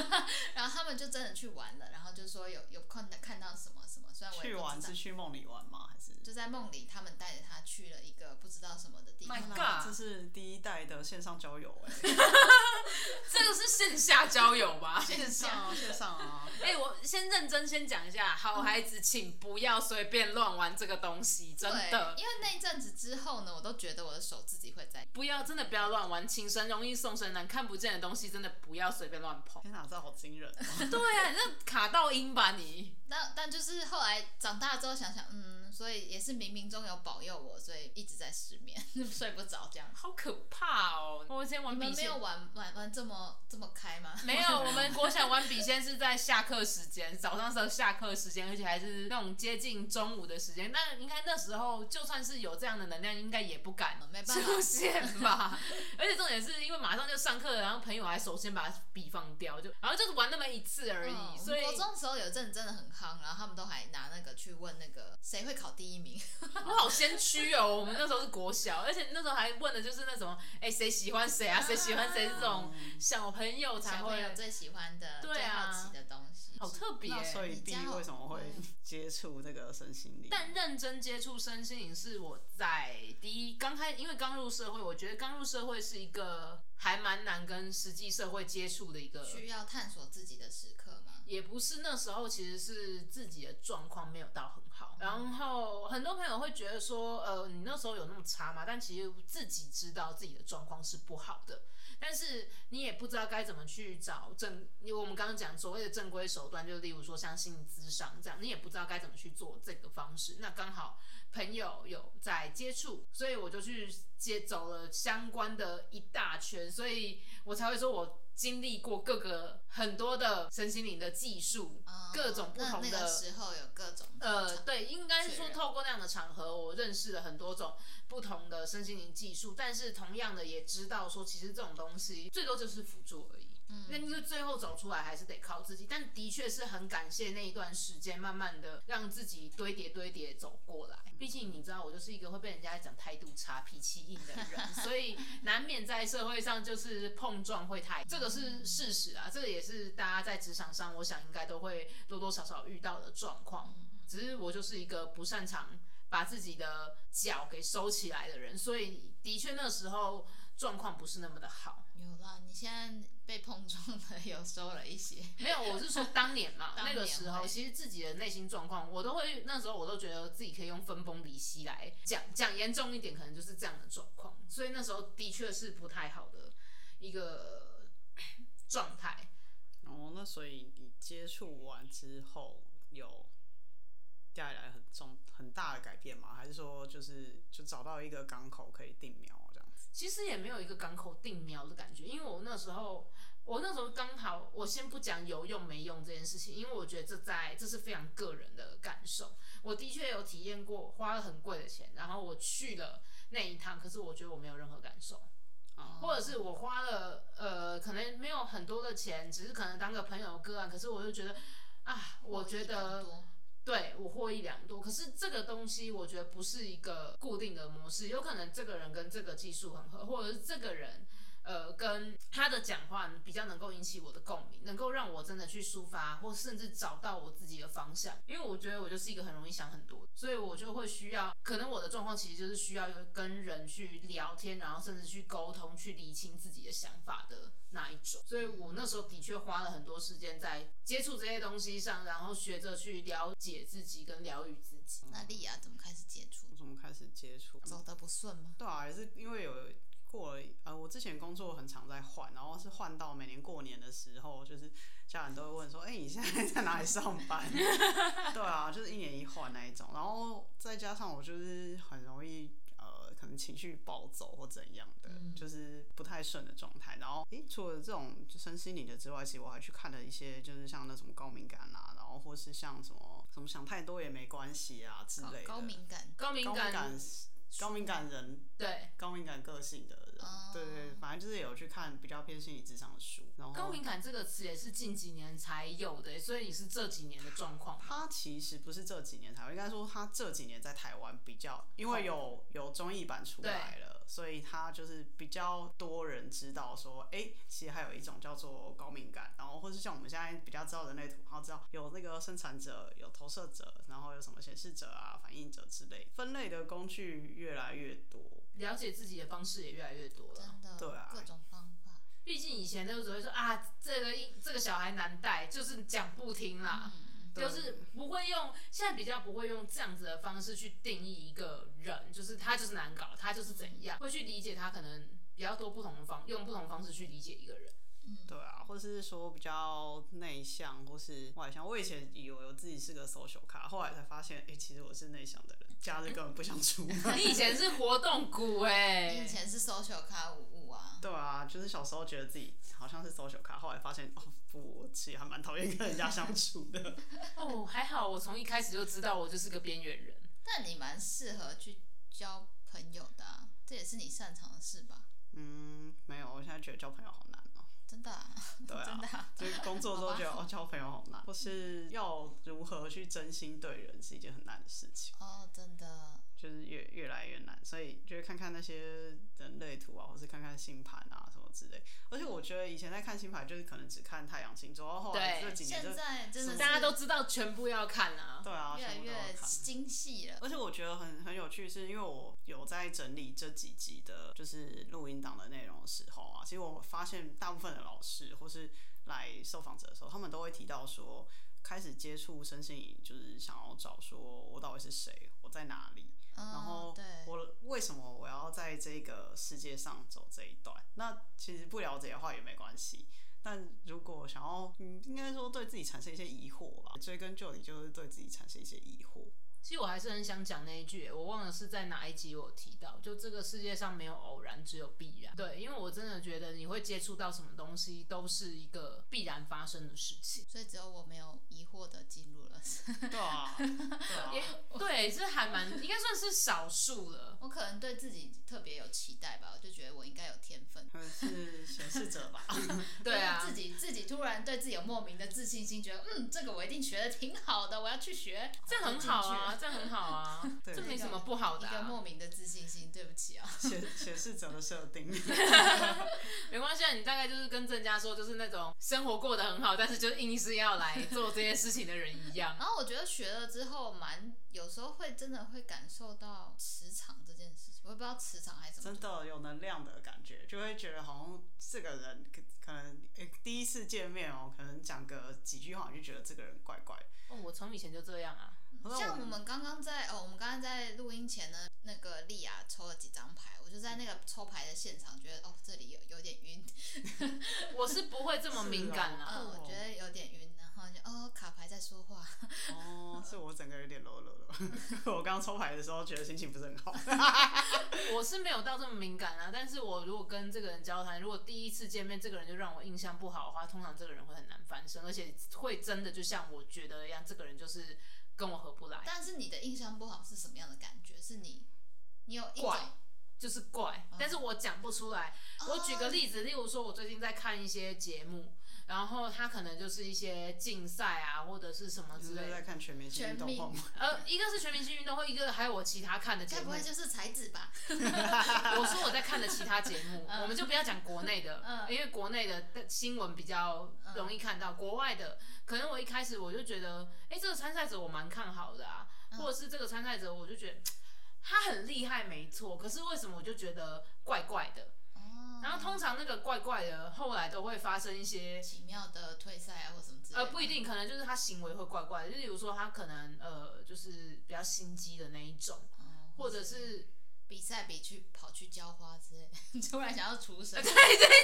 [SPEAKER 2] 然后他们就真的去玩了，然后就说有有看看到什么什么，虽然我也
[SPEAKER 1] 去
[SPEAKER 2] 不
[SPEAKER 1] 玩
[SPEAKER 2] 知道
[SPEAKER 1] 是，去梦里玩吗？还是？
[SPEAKER 2] 就在梦里，他们带着他去了一个不知道什么的地方。
[SPEAKER 3] My
[SPEAKER 1] 啊
[SPEAKER 3] God
[SPEAKER 1] 这是第一代的线上交友哎、
[SPEAKER 3] 这个是线下交友吧？线
[SPEAKER 2] 上
[SPEAKER 1] 啊线上啊，
[SPEAKER 3] 哎、我先认真先讲一下，好孩子，请不要随便乱玩这个东西，真的
[SPEAKER 2] 对，因为那一阵子之后呢，我都觉得我的手自己会在
[SPEAKER 3] 不要，真的不要乱玩，请神容易送神难，看不见的东西真的不要随便乱碰。
[SPEAKER 1] 天哪，这好惊人、哦！
[SPEAKER 3] 对啊，你这卡到音吧你。
[SPEAKER 2] 但但就是后来长大之后想想，嗯，所以也是冥冥中有保佑我，所以一直在失眠， 睡不着这样。
[SPEAKER 3] 好可怕哦！我之前
[SPEAKER 2] 你
[SPEAKER 3] 玩
[SPEAKER 2] 们
[SPEAKER 3] 笔
[SPEAKER 2] 没
[SPEAKER 3] 仙
[SPEAKER 2] 有，玩玩玩这么这么开吗？
[SPEAKER 3] 没有，我们 国小玩笔仙是在下课时间，早上时候下课时间，而且还是那种接近中午的时间。但应该那时候就算是有这样的能量，应该也不敢
[SPEAKER 2] 没办法
[SPEAKER 3] 出现吧。而且重点是因为马上就上课了，然后朋友还首先把笔放掉，就然后就是玩那么一次而已，
[SPEAKER 2] 嗯我
[SPEAKER 3] 所
[SPEAKER 2] 们
[SPEAKER 3] 以
[SPEAKER 2] 国中的时候有一阵真的很夯，然后他们都还拿那个去问那个谁会考第一 名，
[SPEAKER 3] 我好先驱哦！我们那时候是国小，而且那时候还问的就是那种，哎、谁喜欢谁啊？谁喜欢谁这种小朋友
[SPEAKER 2] 小
[SPEAKER 3] 才
[SPEAKER 2] 朋
[SPEAKER 3] 会，
[SPEAKER 2] 友最喜欢的、
[SPEAKER 3] 对啊
[SPEAKER 2] 最好奇的东西。
[SPEAKER 3] 好特别、
[SPEAKER 1] 那所以
[SPEAKER 2] 你
[SPEAKER 1] B
[SPEAKER 2] 家好
[SPEAKER 1] 为什么会
[SPEAKER 2] 嗯
[SPEAKER 1] 接触这个身心灵？
[SPEAKER 3] 但认真接触身心灵是我在第一刚开，因为刚入社会，我觉得刚入社会是一个还蛮难跟实际社会接触的一个
[SPEAKER 2] 需要探索自己的时刻吗？
[SPEAKER 3] 也不是那时候，其实是自己的状况没有到很好。然后很多朋友会觉得说，呃，你那时候有那么差吗？但其实自己知道自己的状况是不好的，但是你也不知道该怎么去找正，因为我们刚刚讲所谓的正规手段，就例如说像心理咨商这样，你也不知道该怎么去做这个方式。那刚好朋友有在接触，所以我就去接走了相关的一大圈，所以我才会说我经历过各个很多的身心灵的技术，
[SPEAKER 2] 嗯
[SPEAKER 3] 各种不同
[SPEAKER 2] 那那个
[SPEAKER 3] 的。
[SPEAKER 2] 时候有各种
[SPEAKER 3] 呃，对，应该是
[SPEAKER 2] 确
[SPEAKER 3] 说
[SPEAKER 2] 认
[SPEAKER 3] 透过那样的场合，我认识了很多种不同的身心灵技术，但是同样的也知道说，其实这种东西最多就是辅助而已。
[SPEAKER 2] 嗯
[SPEAKER 3] 那你就最后走出来还是得靠自己，但的确是很感谢那一段时间，慢慢的让自己堆叠堆叠走过来。毕竟你知道，我就是一个会被人家讲态度差、脾气硬的人，所以难免在社会上就是碰撞会太，这个是事实啊，这个也是大家在职场上，我想应该都会多多少少遇到的状况。只是我就是一个不擅长把自己的脚给收起来的人，所以的确那时候状况不是那么的好。
[SPEAKER 2] 有啦，你现在被碰撞的有收了一 些，
[SPEAKER 3] 没有，我是 说当年嘛，
[SPEAKER 2] 当
[SPEAKER 3] 那
[SPEAKER 2] 年
[SPEAKER 3] 个时候
[SPEAKER 2] 会
[SPEAKER 3] 其实自己的内心状况，我都会那时候我都觉得自己可以用分崩离析来讲，讲严重一点，可能就是这样的状况，所以那时候的确是不太好的一个 呃状态。
[SPEAKER 1] 哦，那所以你接触完之后有带来很重很大的改变吗？还是说就是就找到一个港口可以定锚这样子？
[SPEAKER 3] 其实也没有一个港口定锚的感觉，因为我那时候，我那时候刚好，我先不讲有用没用这件事情，因为我觉得这在这是非常个人的感受。我的确有体验过，花了很贵的钱，然后我去了那一趟，可是我觉得我没有任何感受。
[SPEAKER 2] 嗯
[SPEAKER 3] 哦
[SPEAKER 1] 啊
[SPEAKER 3] 或者是我花了呃，可能没有很多的钱，只是可能当个朋友个案，可是我就觉得啊，我觉得
[SPEAKER 2] 多
[SPEAKER 3] 对我获益良多。可是这个东西，我觉得不是一个固定的模式，有可能这个人跟这个技术很合，或者是这个人。呃，跟他的讲话比较能够引起我的共鸣，能够让我真的去抒发，或甚至找到我自己的方向。因为我觉得我就是一个很容易想很多，所以我就会需要，可能我的状况其实就是需要有跟人去聊天，然后甚至去沟通，去理清自己的想法的那一种。所以我那时候的确花了很多时间在接触这些东西上，然后学着去了解自己跟疗愈自己。
[SPEAKER 2] 那莉亚怎么开始接触？
[SPEAKER 1] 我怎么开始接触？
[SPEAKER 2] 走的不顺吗？
[SPEAKER 1] 对啊，也是因为有过了呃，我之前工作很常在换，然后是换到每年过年的时候，就是家人都会问说：“哎、你现在 在哪里上班？” 对啊，就是一年一换那一种。然后再加上我就是很容易呃，可能情绪暴走或怎样的，
[SPEAKER 2] 嗯
[SPEAKER 1] 就是不太顺的状态。然后诶，除了这种就身心灵的之外，其实我还去看了一些，就是像那什么高敏感啊，然后或是像什么什么想太多也没关系啊之类的。
[SPEAKER 2] 哦高敏感，
[SPEAKER 3] 高敏
[SPEAKER 1] 高敏感
[SPEAKER 3] 感，
[SPEAKER 1] 高敏感人
[SPEAKER 3] 对，
[SPEAKER 1] 高敏感个性的人，
[SPEAKER 2] 哦
[SPEAKER 1] 对对对，反正就是有去看比较偏心理智商的书，然后
[SPEAKER 3] 高敏感这个词也是近几年才有的，所以你是这几年的状况吗。
[SPEAKER 1] 他其实不是这几年才有，应该说他这几年在台湾比较，因为有有综艺版出来了，所以他就是比较多人知道说，哎、其实还有一种叫做高敏感，然后或是像我们现在比较知道人类图，然后知道有那个生产者、有投射者，然后有什么显示者啊、反应者之类，分类的工具越来越多。
[SPEAKER 3] 了解自己的方式也越来越多了。
[SPEAKER 2] 真的，
[SPEAKER 1] 对啊
[SPEAKER 2] 各种方法，
[SPEAKER 3] 毕竟以前都只会说啊，这个一这个小孩难带，就是讲不听啦，
[SPEAKER 2] 嗯，
[SPEAKER 1] 对
[SPEAKER 3] 就是不会用现在比较不会用这样子的方式去定义一个人，就是他就是难搞，他就是怎样，会去理解他可能比较多不同的方，用不同的方式去理解一个 人。
[SPEAKER 1] 对啊，或是说比较内向或是外向。我以前以为我自己是个 social 卡，后来才发现，哎、其实我是内向的人，假日根本不想出门。
[SPEAKER 3] 你以前是活动股哎、
[SPEAKER 2] 你以前是 social 卡五五啊，
[SPEAKER 1] 对啊，就是小时候觉得自己好像是 social 卡，后来发现哦不，我其实还蛮讨厌跟人家相处的。
[SPEAKER 3] 哦，还好我从一开始就知道我就是个边缘人。
[SPEAKER 2] 但你蛮适合去交朋友的啊、这也是你擅长的事吧？
[SPEAKER 1] 嗯，没有，我现在觉得交朋友好难哦、
[SPEAKER 2] 真的、啊，
[SPEAKER 1] 对啊
[SPEAKER 2] 真的、啊，
[SPEAKER 1] 就是工作之后觉得
[SPEAKER 2] 好吧
[SPEAKER 1] 哦交朋友好难，或是要如何去真心对人是一件很难的事情。
[SPEAKER 2] 哦，真的，
[SPEAKER 1] 就是越越来越难，所以就是看看那些人类图啊，或是看看星盘啊什么之类。而且我觉得以前在看星盘，就是可能只看太阳星座，然后后来
[SPEAKER 3] 对
[SPEAKER 1] 这几年就
[SPEAKER 2] 现在真的是
[SPEAKER 3] 大家都知道全部要看啊。
[SPEAKER 1] 对啊，
[SPEAKER 2] 越来
[SPEAKER 1] 全部都
[SPEAKER 2] 越
[SPEAKER 1] 有看。
[SPEAKER 2] 精细了，
[SPEAKER 1] 而且我觉得很很有趣，是因为我有在整理这几集的，就是录音档的内容的时候啊，其实我发现大部分的老师或是来受访者的时候，他们都会提到说，开始接触身心灵，就是想要找说我到底是谁，我在哪里，然后
[SPEAKER 2] 嗯，对，
[SPEAKER 1] 我为什么我要在这个世界上走这一段？那其实不了解的话也没关系，但如果想要，嗯，应该说对自己产生一些疑惑吧。追根究底，就是对自己产生一些疑惑。
[SPEAKER 3] 其实我还是很想讲那一句，我忘了是在哪一集我有提到，就这个世界上没有偶然，只有必然。对，因为我真的觉得你会接触到什么东西，都是一个必然发生的事情。
[SPEAKER 2] 所以只有我没有疑惑的进入了，
[SPEAKER 1] 对啊，对
[SPEAKER 3] 也
[SPEAKER 1] 啊，
[SPEAKER 3] 对，这还蛮应该算是少数了。
[SPEAKER 2] 我可能对自己特别有期待吧，我就觉得我应该有天分。
[SPEAKER 1] 可能是显示者吧。
[SPEAKER 3] 对啊，
[SPEAKER 2] 就是自己自己突然对自己有莫名的自信心，觉得嗯，这个我一定学的挺好的，我要去学，
[SPEAKER 3] 这样很好啊，这样很好 啊，
[SPEAKER 1] 对
[SPEAKER 3] 这没什么不好
[SPEAKER 2] 一
[SPEAKER 3] 的、
[SPEAKER 2] 个
[SPEAKER 3] 啊，
[SPEAKER 2] 莫名的自信心，对不起啊，
[SPEAKER 1] 显显示者的设定，
[SPEAKER 3] 没关系啊。你大概就是跟郑家说，就是那种生活过得很好，但是就是硬是要来做这些事情的人一样。
[SPEAKER 2] 然后我觉得学了之后蛮，有时候会真的会感受到磁场这件事情，我也不知道磁场还是什么
[SPEAKER 1] 真，的有能量的感觉，就会觉得好像这个人可可能、诶第一次见面哦，可能讲个几句话，你就觉得这个人怪怪的。
[SPEAKER 3] 哦，我从以前就这样啊。
[SPEAKER 1] 好
[SPEAKER 2] 像我们刚刚在哦，我们刚刚在录音前呢，那个莉亚抽了几张牌，我就在那个抽牌的现场觉得哦，这里有有点晕，
[SPEAKER 3] 我是哦不会这么敏感啊啦、
[SPEAKER 2] 嗯，我觉得有点晕，然后就哦，卡牌在说话，
[SPEAKER 1] 哦，是我整个有点啰啰了。我刚抽牌的时候觉得心情不是很好。
[SPEAKER 3] 我是没有到这么敏感啊。但是我如果跟这个人交谈，如果第一次见面这个人就让我印象不好的话，通常这个人会很难翻身，而且会真的就像我觉得一样，这个人就是跟我合不来，
[SPEAKER 2] 但是你的印象不好是什么样的感觉？是你，你有一种
[SPEAKER 3] 怪就是怪。但是我讲不出来。我举个
[SPEAKER 2] 哦
[SPEAKER 3] 例子，例如说，我最近在看一些节目。然后他可能就是一些竞赛啊，或者是什么之
[SPEAKER 1] 就是
[SPEAKER 3] 类
[SPEAKER 1] 在
[SPEAKER 3] 的。
[SPEAKER 1] 看全明星运动
[SPEAKER 2] 全
[SPEAKER 1] 会
[SPEAKER 2] 民
[SPEAKER 1] 吗？
[SPEAKER 3] 呃，一个是全明星运动会，一个还有我其他看的节
[SPEAKER 2] 该不
[SPEAKER 3] 目
[SPEAKER 2] 会。就是才子吧？
[SPEAKER 3] 我说我在看的其他节目，我们就不要讲国内的，
[SPEAKER 2] 嗯
[SPEAKER 3] 因为国内的新闻比较容易看到，国外的可能我一开始我就觉得，哎、这个参赛者我蛮看好的啊，
[SPEAKER 2] 嗯
[SPEAKER 3] 或者是这个参赛者我就觉得他很厉害，没错，可是为什么我就觉得怪怪的？
[SPEAKER 2] 哦，
[SPEAKER 3] 然后通常那个怪怪的后来都会发生一些
[SPEAKER 2] 奇妙的退赛啊，或什么之类的，
[SPEAKER 3] 呃，不一定，可能就是他行为会怪怪的，就例如说他可能呃，就是比较心机的那一种，
[SPEAKER 2] 哦，
[SPEAKER 3] 或者是
[SPEAKER 2] 比赛比去跑去浇花之类， 突然想要除神，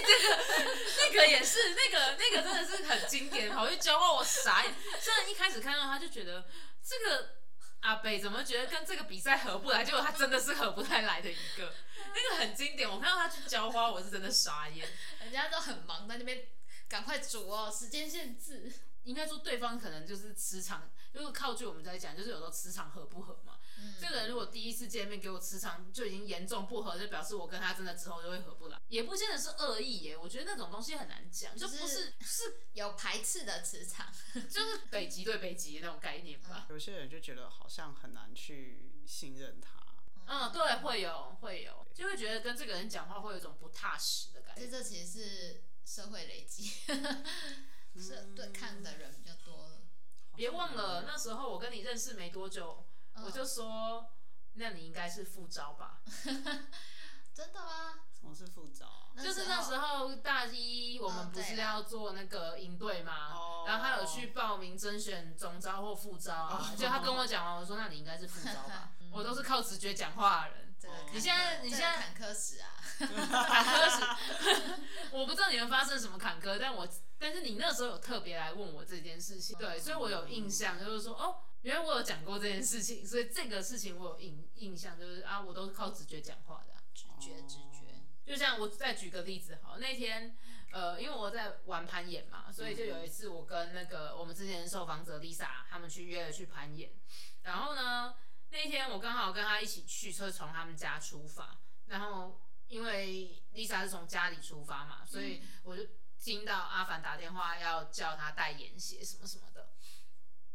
[SPEAKER 3] 那个也是，那个那个真的是很经典，跑去教我傻眼。虽然一开始看到他就觉得这个阿北怎么觉得跟这个比赛合不来，结果他真的是合不太来的一个，那个很经典。我看到他去浇花，我是真的傻眼。
[SPEAKER 2] 人家都很忙，在那边赶快煮哦，时间限制。
[SPEAKER 3] 应该说对方可能就是磁场，就是靠据我们在讲，就是有时候磁场合不合嘛。
[SPEAKER 2] 嗯
[SPEAKER 3] 这个人如果第一次见面给我磁场就已经严重不合，就表示我跟他真的之后就会合不来，也不见得是恶意耶。我觉得那种东西很难讲，就不是 是
[SPEAKER 2] 有排斥的磁场，
[SPEAKER 3] 就是北极对北极的那种概念吧。
[SPEAKER 1] 有些人就觉得好像很难去信任他。
[SPEAKER 3] 嗯，对，会有会有，就会觉得跟这个人讲话会有一种不踏实的感
[SPEAKER 2] 其
[SPEAKER 3] 觉
[SPEAKER 2] 实。这其实是社会累积， 是对看的人比较多了。
[SPEAKER 3] 别忘了那时候我跟你认识没多久，我就说，那你应该是副招吧？
[SPEAKER 2] 真的吗？
[SPEAKER 1] 什么是副招啊？
[SPEAKER 3] 就是那时候大一，我们不是要做那个营队吗？
[SPEAKER 1] 哦
[SPEAKER 3] 然后他有去报名甄选总招或副招啊，
[SPEAKER 1] 哦
[SPEAKER 3] 就他跟我讲完，我说那你应该是副招吧，我都是靠直觉讲话的人。
[SPEAKER 2] 这个坎坷
[SPEAKER 3] 你现在你
[SPEAKER 2] 这个
[SPEAKER 3] 现在
[SPEAKER 2] 坎坷史啊，
[SPEAKER 3] 坎坷史，我不知道你们发生什么坎坷，但我但是你那时候有特别来问我这件事情，对，所以我有印象，就是说哦，原来我有讲过这件事情，所以这个事情我有印印象，就是啊，我都是靠直觉讲话的啊、
[SPEAKER 2] 直觉直觉，
[SPEAKER 1] 哦
[SPEAKER 3] 就像我再举个例子好了，那天呃，因为我在玩攀岩嘛，所以就有一次我跟那个我们之前的受访者 Lisa 他们去约了去攀岩，然后呢那一天我刚好跟他一起去，所以从他们家出发，然后因为 Lisa 是从家里出发嘛，所以我就听到阿凡打电话要叫他带盐鞋什么什么的。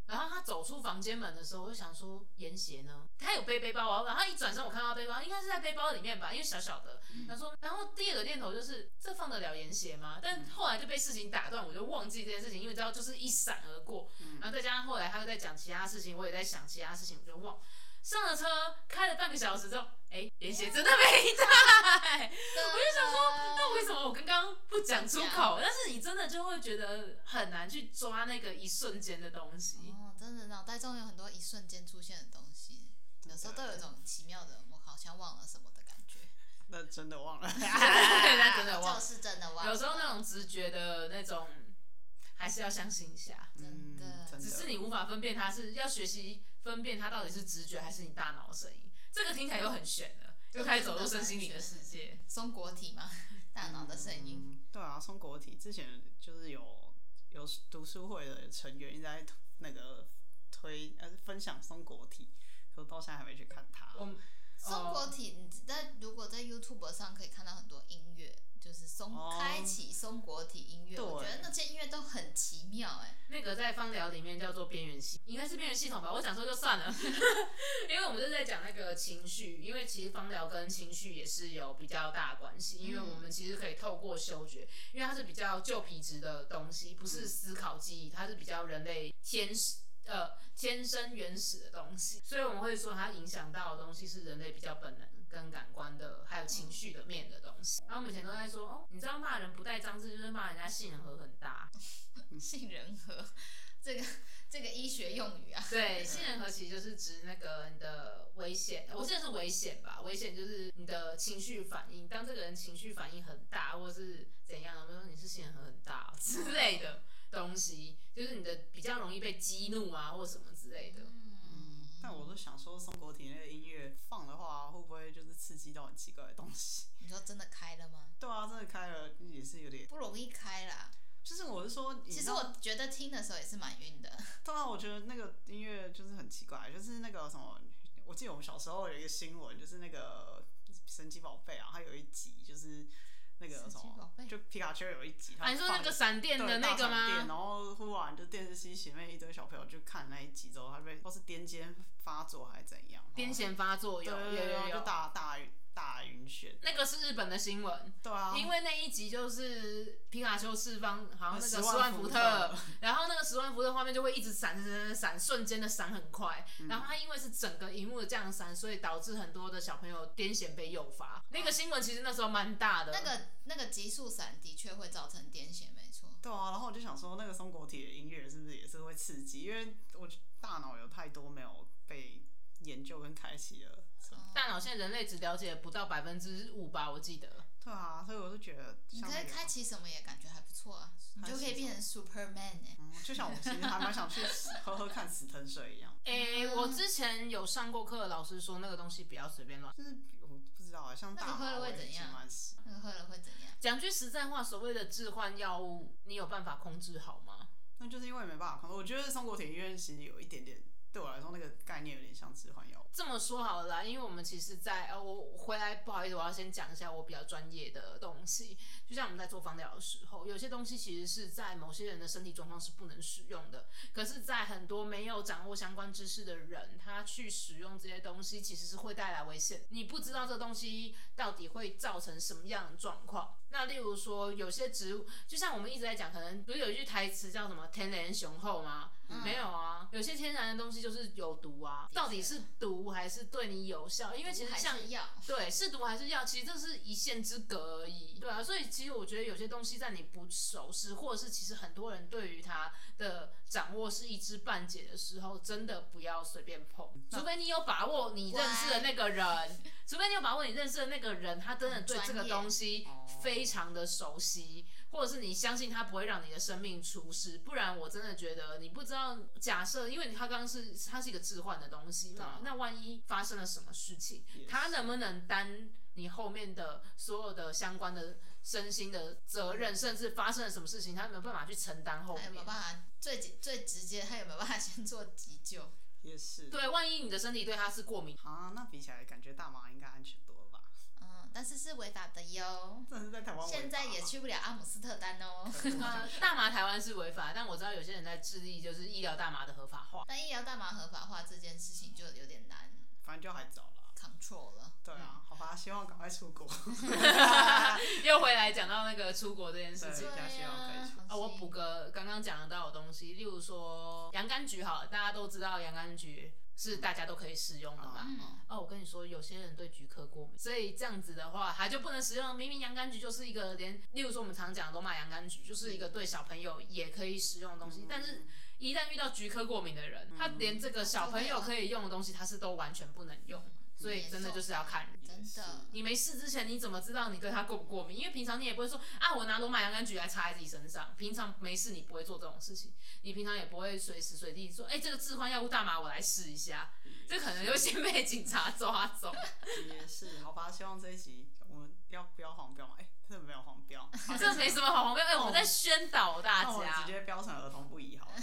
[SPEAKER 3] 然后他走出房间门的时候，我就想说盐鞋呢？他有背背包啊，然后一转身我看到背包，应该是在背包里面吧，因为小小的。他说，然后第二个念头就是这放得了盐鞋吗？但后来就被事情打断，我就忘记这件事情，因为知道就是一闪而过。然后再加上后来他又在讲其他事情，我也在想其他事情，我就忘。上了车，开了半个小时之后，哎，盐鞋真的没带。
[SPEAKER 2] 我就想说，
[SPEAKER 3] 那为什么我刚刚不讲出口？
[SPEAKER 1] 哎
[SPEAKER 3] 但是你真的就会觉得很难去抓那个一瞬间的东西。
[SPEAKER 2] 哦，真的脑袋中有很多一瞬间出现的东西，有时候都有一种奇妙的我好像忘了什么的感觉，
[SPEAKER 1] 那真的忘了。
[SPEAKER 3] 那真的
[SPEAKER 2] 就
[SPEAKER 3] 忘了，
[SPEAKER 2] 是真的忘了，
[SPEAKER 3] 有时候那种直觉的那种，还是要相信一下。
[SPEAKER 2] 真的
[SPEAKER 1] 嗯真
[SPEAKER 3] 只是
[SPEAKER 1] 的。
[SPEAKER 3] 你无法分辨它是要学习分辨它到底是直觉还是你大脑的声音，这个听起来又很玄了，又开始走入身心灵的世界。
[SPEAKER 2] 松果体嘛， 大脑的声音，
[SPEAKER 1] 嗯对啊，松果体之前就是有有读书会的成员一直在那个推呃分享松果体，可我到现在还没去看它。
[SPEAKER 3] 我们
[SPEAKER 2] 松果
[SPEAKER 1] 哦
[SPEAKER 2] 体，你在如果在 YouTube 上可以看到很多音乐，就是松、
[SPEAKER 1] 哦
[SPEAKER 2] 开启松果体音乐，
[SPEAKER 1] 对
[SPEAKER 2] 我觉得那些音乐都很奇妙哎、
[SPEAKER 3] 那个在芳疗里面叫做边缘系，应该是边缘系统吧？我讲错就算了， 因为我们是在讲那个情绪，因为其实芳疗跟情绪也是有比较大的关系，因为我们其实可以透过嗅觉，因为它是比较旧皮质的东西，不是思考记忆，它是比较人类天使。呃，天生原始的东西，所以我们会说它影响到的东西是人类比较本能跟感官的，还有情绪的面的东西。然后我们以前都在说，哦，你知道骂人不带脏字，就是骂人家性能核很大，
[SPEAKER 1] 嗯
[SPEAKER 2] 杏仁核，这个这个医学用语啊，
[SPEAKER 3] 对，杏仁核其实就是指那个你的危险，我记得是危险吧？危险就是你的情绪反应，当这个人情绪反应很大，或是怎样，我们说你是杏仁核很大 之类的东西，就是你的比较容易被激怒啊，或什么之类的。
[SPEAKER 2] 嗯，
[SPEAKER 1] 但我都想说，松果体那个音乐放的话，会不会就是刺激到很奇怪的东西？
[SPEAKER 2] 你说真的开了吗？
[SPEAKER 1] 对啊，真的开了也是有点，
[SPEAKER 2] 不容易开啦。
[SPEAKER 1] 就是我是说，呃
[SPEAKER 2] 其实我觉得听的时候也是蛮晕的，
[SPEAKER 1] 当啊然，我觉得那个音乐就是很奇怪，就是那个什么，我记得我们小时候有一个新闻，就是那个神奇宝贝啊，它有一集就是那个什
[SPEAKER 2] 神奇宝
[SPEAKER 1] 么
[SPEAKER 2] 贝，
[SPEAKER 1] 就皮卡丘有一集，
[SPEAKER 3] 啊，
[SPEAKER 1] 它
[SPEAKER 3] 你说那个
[SPEAKER 1] 放
[SPEAKER 3] 闪电的
[SPEAKER 1] 对
[SPEAKER 3] 那
[SPEAKER 1] 大
[SPEAKER 3] 个
[SPEAKER 1] 闪电啊
[SPEAKER 3] 吗？
[SPEAKER 1] 然后忽然就电视机前面一堆小朋友就看那一集之后，他被不知道是癫痫发作还是怎样，
[SPEAKER 3] 癫痫发作有
[SPEAKER 1] 然后
[SPEAKER 3] 有
[SPEAKER 1] 对对对，
[SPEAKER 3] 有
[SPEAKER 1] 然后就
[SPEAKER 3] 有，
[SPEAKER 1] 大大晕大晕眩，
[SPEAKER 3] 那个是日本的新闻。
[SPEAKER 1] 对啊，
[SPEAKER 3] 因为那一集就是皮卡丘释放，好像那个
[SPEAKER 1] 10
[SPEAKER 3] 十
[SPEAKER 1] 万
[SPEAKER 3] 万
[SPEAKER 1] 伏
[SPEAKER 3] 伏
[SPEAKER 1] 特
[SPEAKER 3] 特，然后那个十万伏特画面就会一直闪闪闪闪闪，瞬间的闪很快。然后它因为是整个荧幕的这样闪，所以导致很多的小朋友癫痫被诱发。那个新闻其实那时候蛮大的，
[SPEAKER 2] 那个那个急速闪的确会造成癫痫，没错。
[SPEAKER 1] 对啊，然后我就想说，那个松果体的音乐是不是也是会刺激？因为我大脑有太多没有被研究跟开启的程。
[SPEAKER 3] 大脑现在人类只了解不到百分之五吧，我记得。
[SPEAKER 1] 对啊，所以我就觉得
[SPEAKER 2] 你
[SPEAKER 1] 像
[SPEAKER 2] 可
[SPEAKER 1] 那
[SPEAKER 2] 以
[SPEAKER 1] 个
[SPEAKER 2] 开启什么也感觉还不错啊，你就可以变成 Superman 哎、
[SPEAKER 1] 嗯就像我其实还蛮想去喝喝看死藤水一样，
[SPEAKER 3] 诶、
[SPEAKER 2] 嗯
[SPEAKER 3] 我之前有上过课的老师说那个东西不要随便乱。
[SPEAKER 1] 就是我不知道啊，像
[SPEAKER 2] 那
[SPEAKER 1] 大
[SPEAKER 2] 你喝了
[SPEAKER 1] 麻我
[SPEAKER 2] 会
[SPEAKER 1] 也
[SPEAKER 2] 怎
[SPEAKER 1] 喜
[SPEAKER 2] 样
[SPEAKER 1] 欢吃。
[SPEAKER 2] 那个喝了会怎样？
[SPEAKER 3] 讲句实在话，所谓的置换药物，你有办法控制好吗？
[SPEAKER 1] 那就是因为没办法控制。我觉得松果体医院其实有一点点，对我来说那个概念有点像置换药物。
[SPEAKER 3] 这么说好了啦，因为我们其实在，呃，我回来不好意思，我要先讲一下我比较专业的东西。就像我们在做芳疗的时候，有些东西其实是在某些人的身体状况是不能使用的，可是，在很多没有掌握相关知识的人，他去使用这些东西，其实是会带来危险。你不知道这东西到底会造成什么样的状况。那例如说，有些植物，就像我们一直在讲，可能不是有一句台词叫什么“天然雄厚”吗？
[SPEAKER 2] 嗯
[SPEAKER 3] 没有啊，有些天然的东西就是有毒啊，
[SPEAKER 2] 确
[SPEAKER 3] 到底是毒还是对你有效？因为其实像
[SPEAKER 2] 还是药，
[SPEAKER 3] 对是毒还是药，其实这是一线之隔而已。对啊，所以其实我觉得有些东西在你不熟识，或者是其实很多人对于它的掌握是一知半解的时候，真的不要随便碰，
[SPEAKER 2] 嗯
[SPEAKER 3] 除非你有把握你认识的那个人，除非你有把握你认识的那个人，他真的对这个
[SPEAKER 2] 很专业
[SPEAKER 3] 东西非常的熟悉。或者是你相信他不会让你的生命出事，不然我真的觉得你不知道。假设，因为他刚刚是它是一个置换的东西嘛，
[SPEAKER 2] 啊
[SPEAKER 3] 那万一发生了什么事情，他能不能担你后面的所有的相关的身心的责任，甚至发生了什么事情，他有没有办法去承担后
[SPEAKER 2] 他有
[SPEAKER 3] 面
[SPEAKER 2] 没有？办法最简最直接？他有没有办法先做急救？
[SPEAKER 1] 也是。
[SPEAKER 2] 啊
[SPEAKER 3] 对，万一你的身体对它是过敏，
[SPEAKER 1] 啊，那比起来感觉大麻应该安全多了吧？
[SPEAKER 2] 嗯，但是是违法的
[SPEAKER 3] 哦
[SPEAKER 2] 哟。
[SPEAKER 1] 真的是在台湾违法吗，
[SPEAKER 2] 现在也去不了阿姆斯特丹哦。
[SPEAKER 3] 呃大麻台湾是违法，但我知道有些人在致力就是医疗大麻的合法化。
[SPEAKER 2] 但医疗大麻合法化这件事情就有点难
[SPEAKER 1] 反正就还早了。
[SPEAKER 2] control 了。
[SPEAKER 1] 对
[SPEAKER 3] 嗯
[SPEAKER 1] 啊，好吧，希望赶快出 国。
[SPEAKER 3] 又回来讲到那个出国这件事
[SPEAKER 1] 对
[SPEAKER 3] 情。
[SPEAKER 1] 大家希望可以去
[SPEAKER 3] 啊，我补个刚刚讲得到的东西，例如说洋甘菊好了，大家都知道洋甘菊是大家都可以使用的嘛。
[SPEAKER 2] 嗯
[SPEAKER 3] 哦，我跟你说，有些人对菊科过敏，所以这样子的话，他就不能使用。明明洋甘菊就是一个连，例如说我们常讲的罗马洋甘菊，就是一个对小朋友也可以使用的
[SPEAKER 1] 嗯
[SPEAKER 3] 东西，但是一旦遇到菊科过敏的人，他连这个小朋友可以用的东西，他是都完全不能用，所以真的就是要看人。
[SPEAKER 2] 嗯真的，
[SPEAKER 3] 你没事之前，你怎么知道你对它过不过敏？因为平常你也不会说啊，我拿罗马洋甘菊来擦在自己身上。平常没事，你不会做这种事情，你平常也不会随时随地说，哎、这个置换药物大麻，我来试一下。这可能就先被警察抓走。
[SPEAKER 1] 也是，好吧，希望这一集我们要标黄标嘛？哎、真的没有黄标，
[SPEAKER 3] 这没什么好黄标，哎、我们在宣导大
[SPEAKER 1] 那我哦们直
[SPEAKER 3] 家。
[SPEAKER 1] 接标成儿童不宜好了。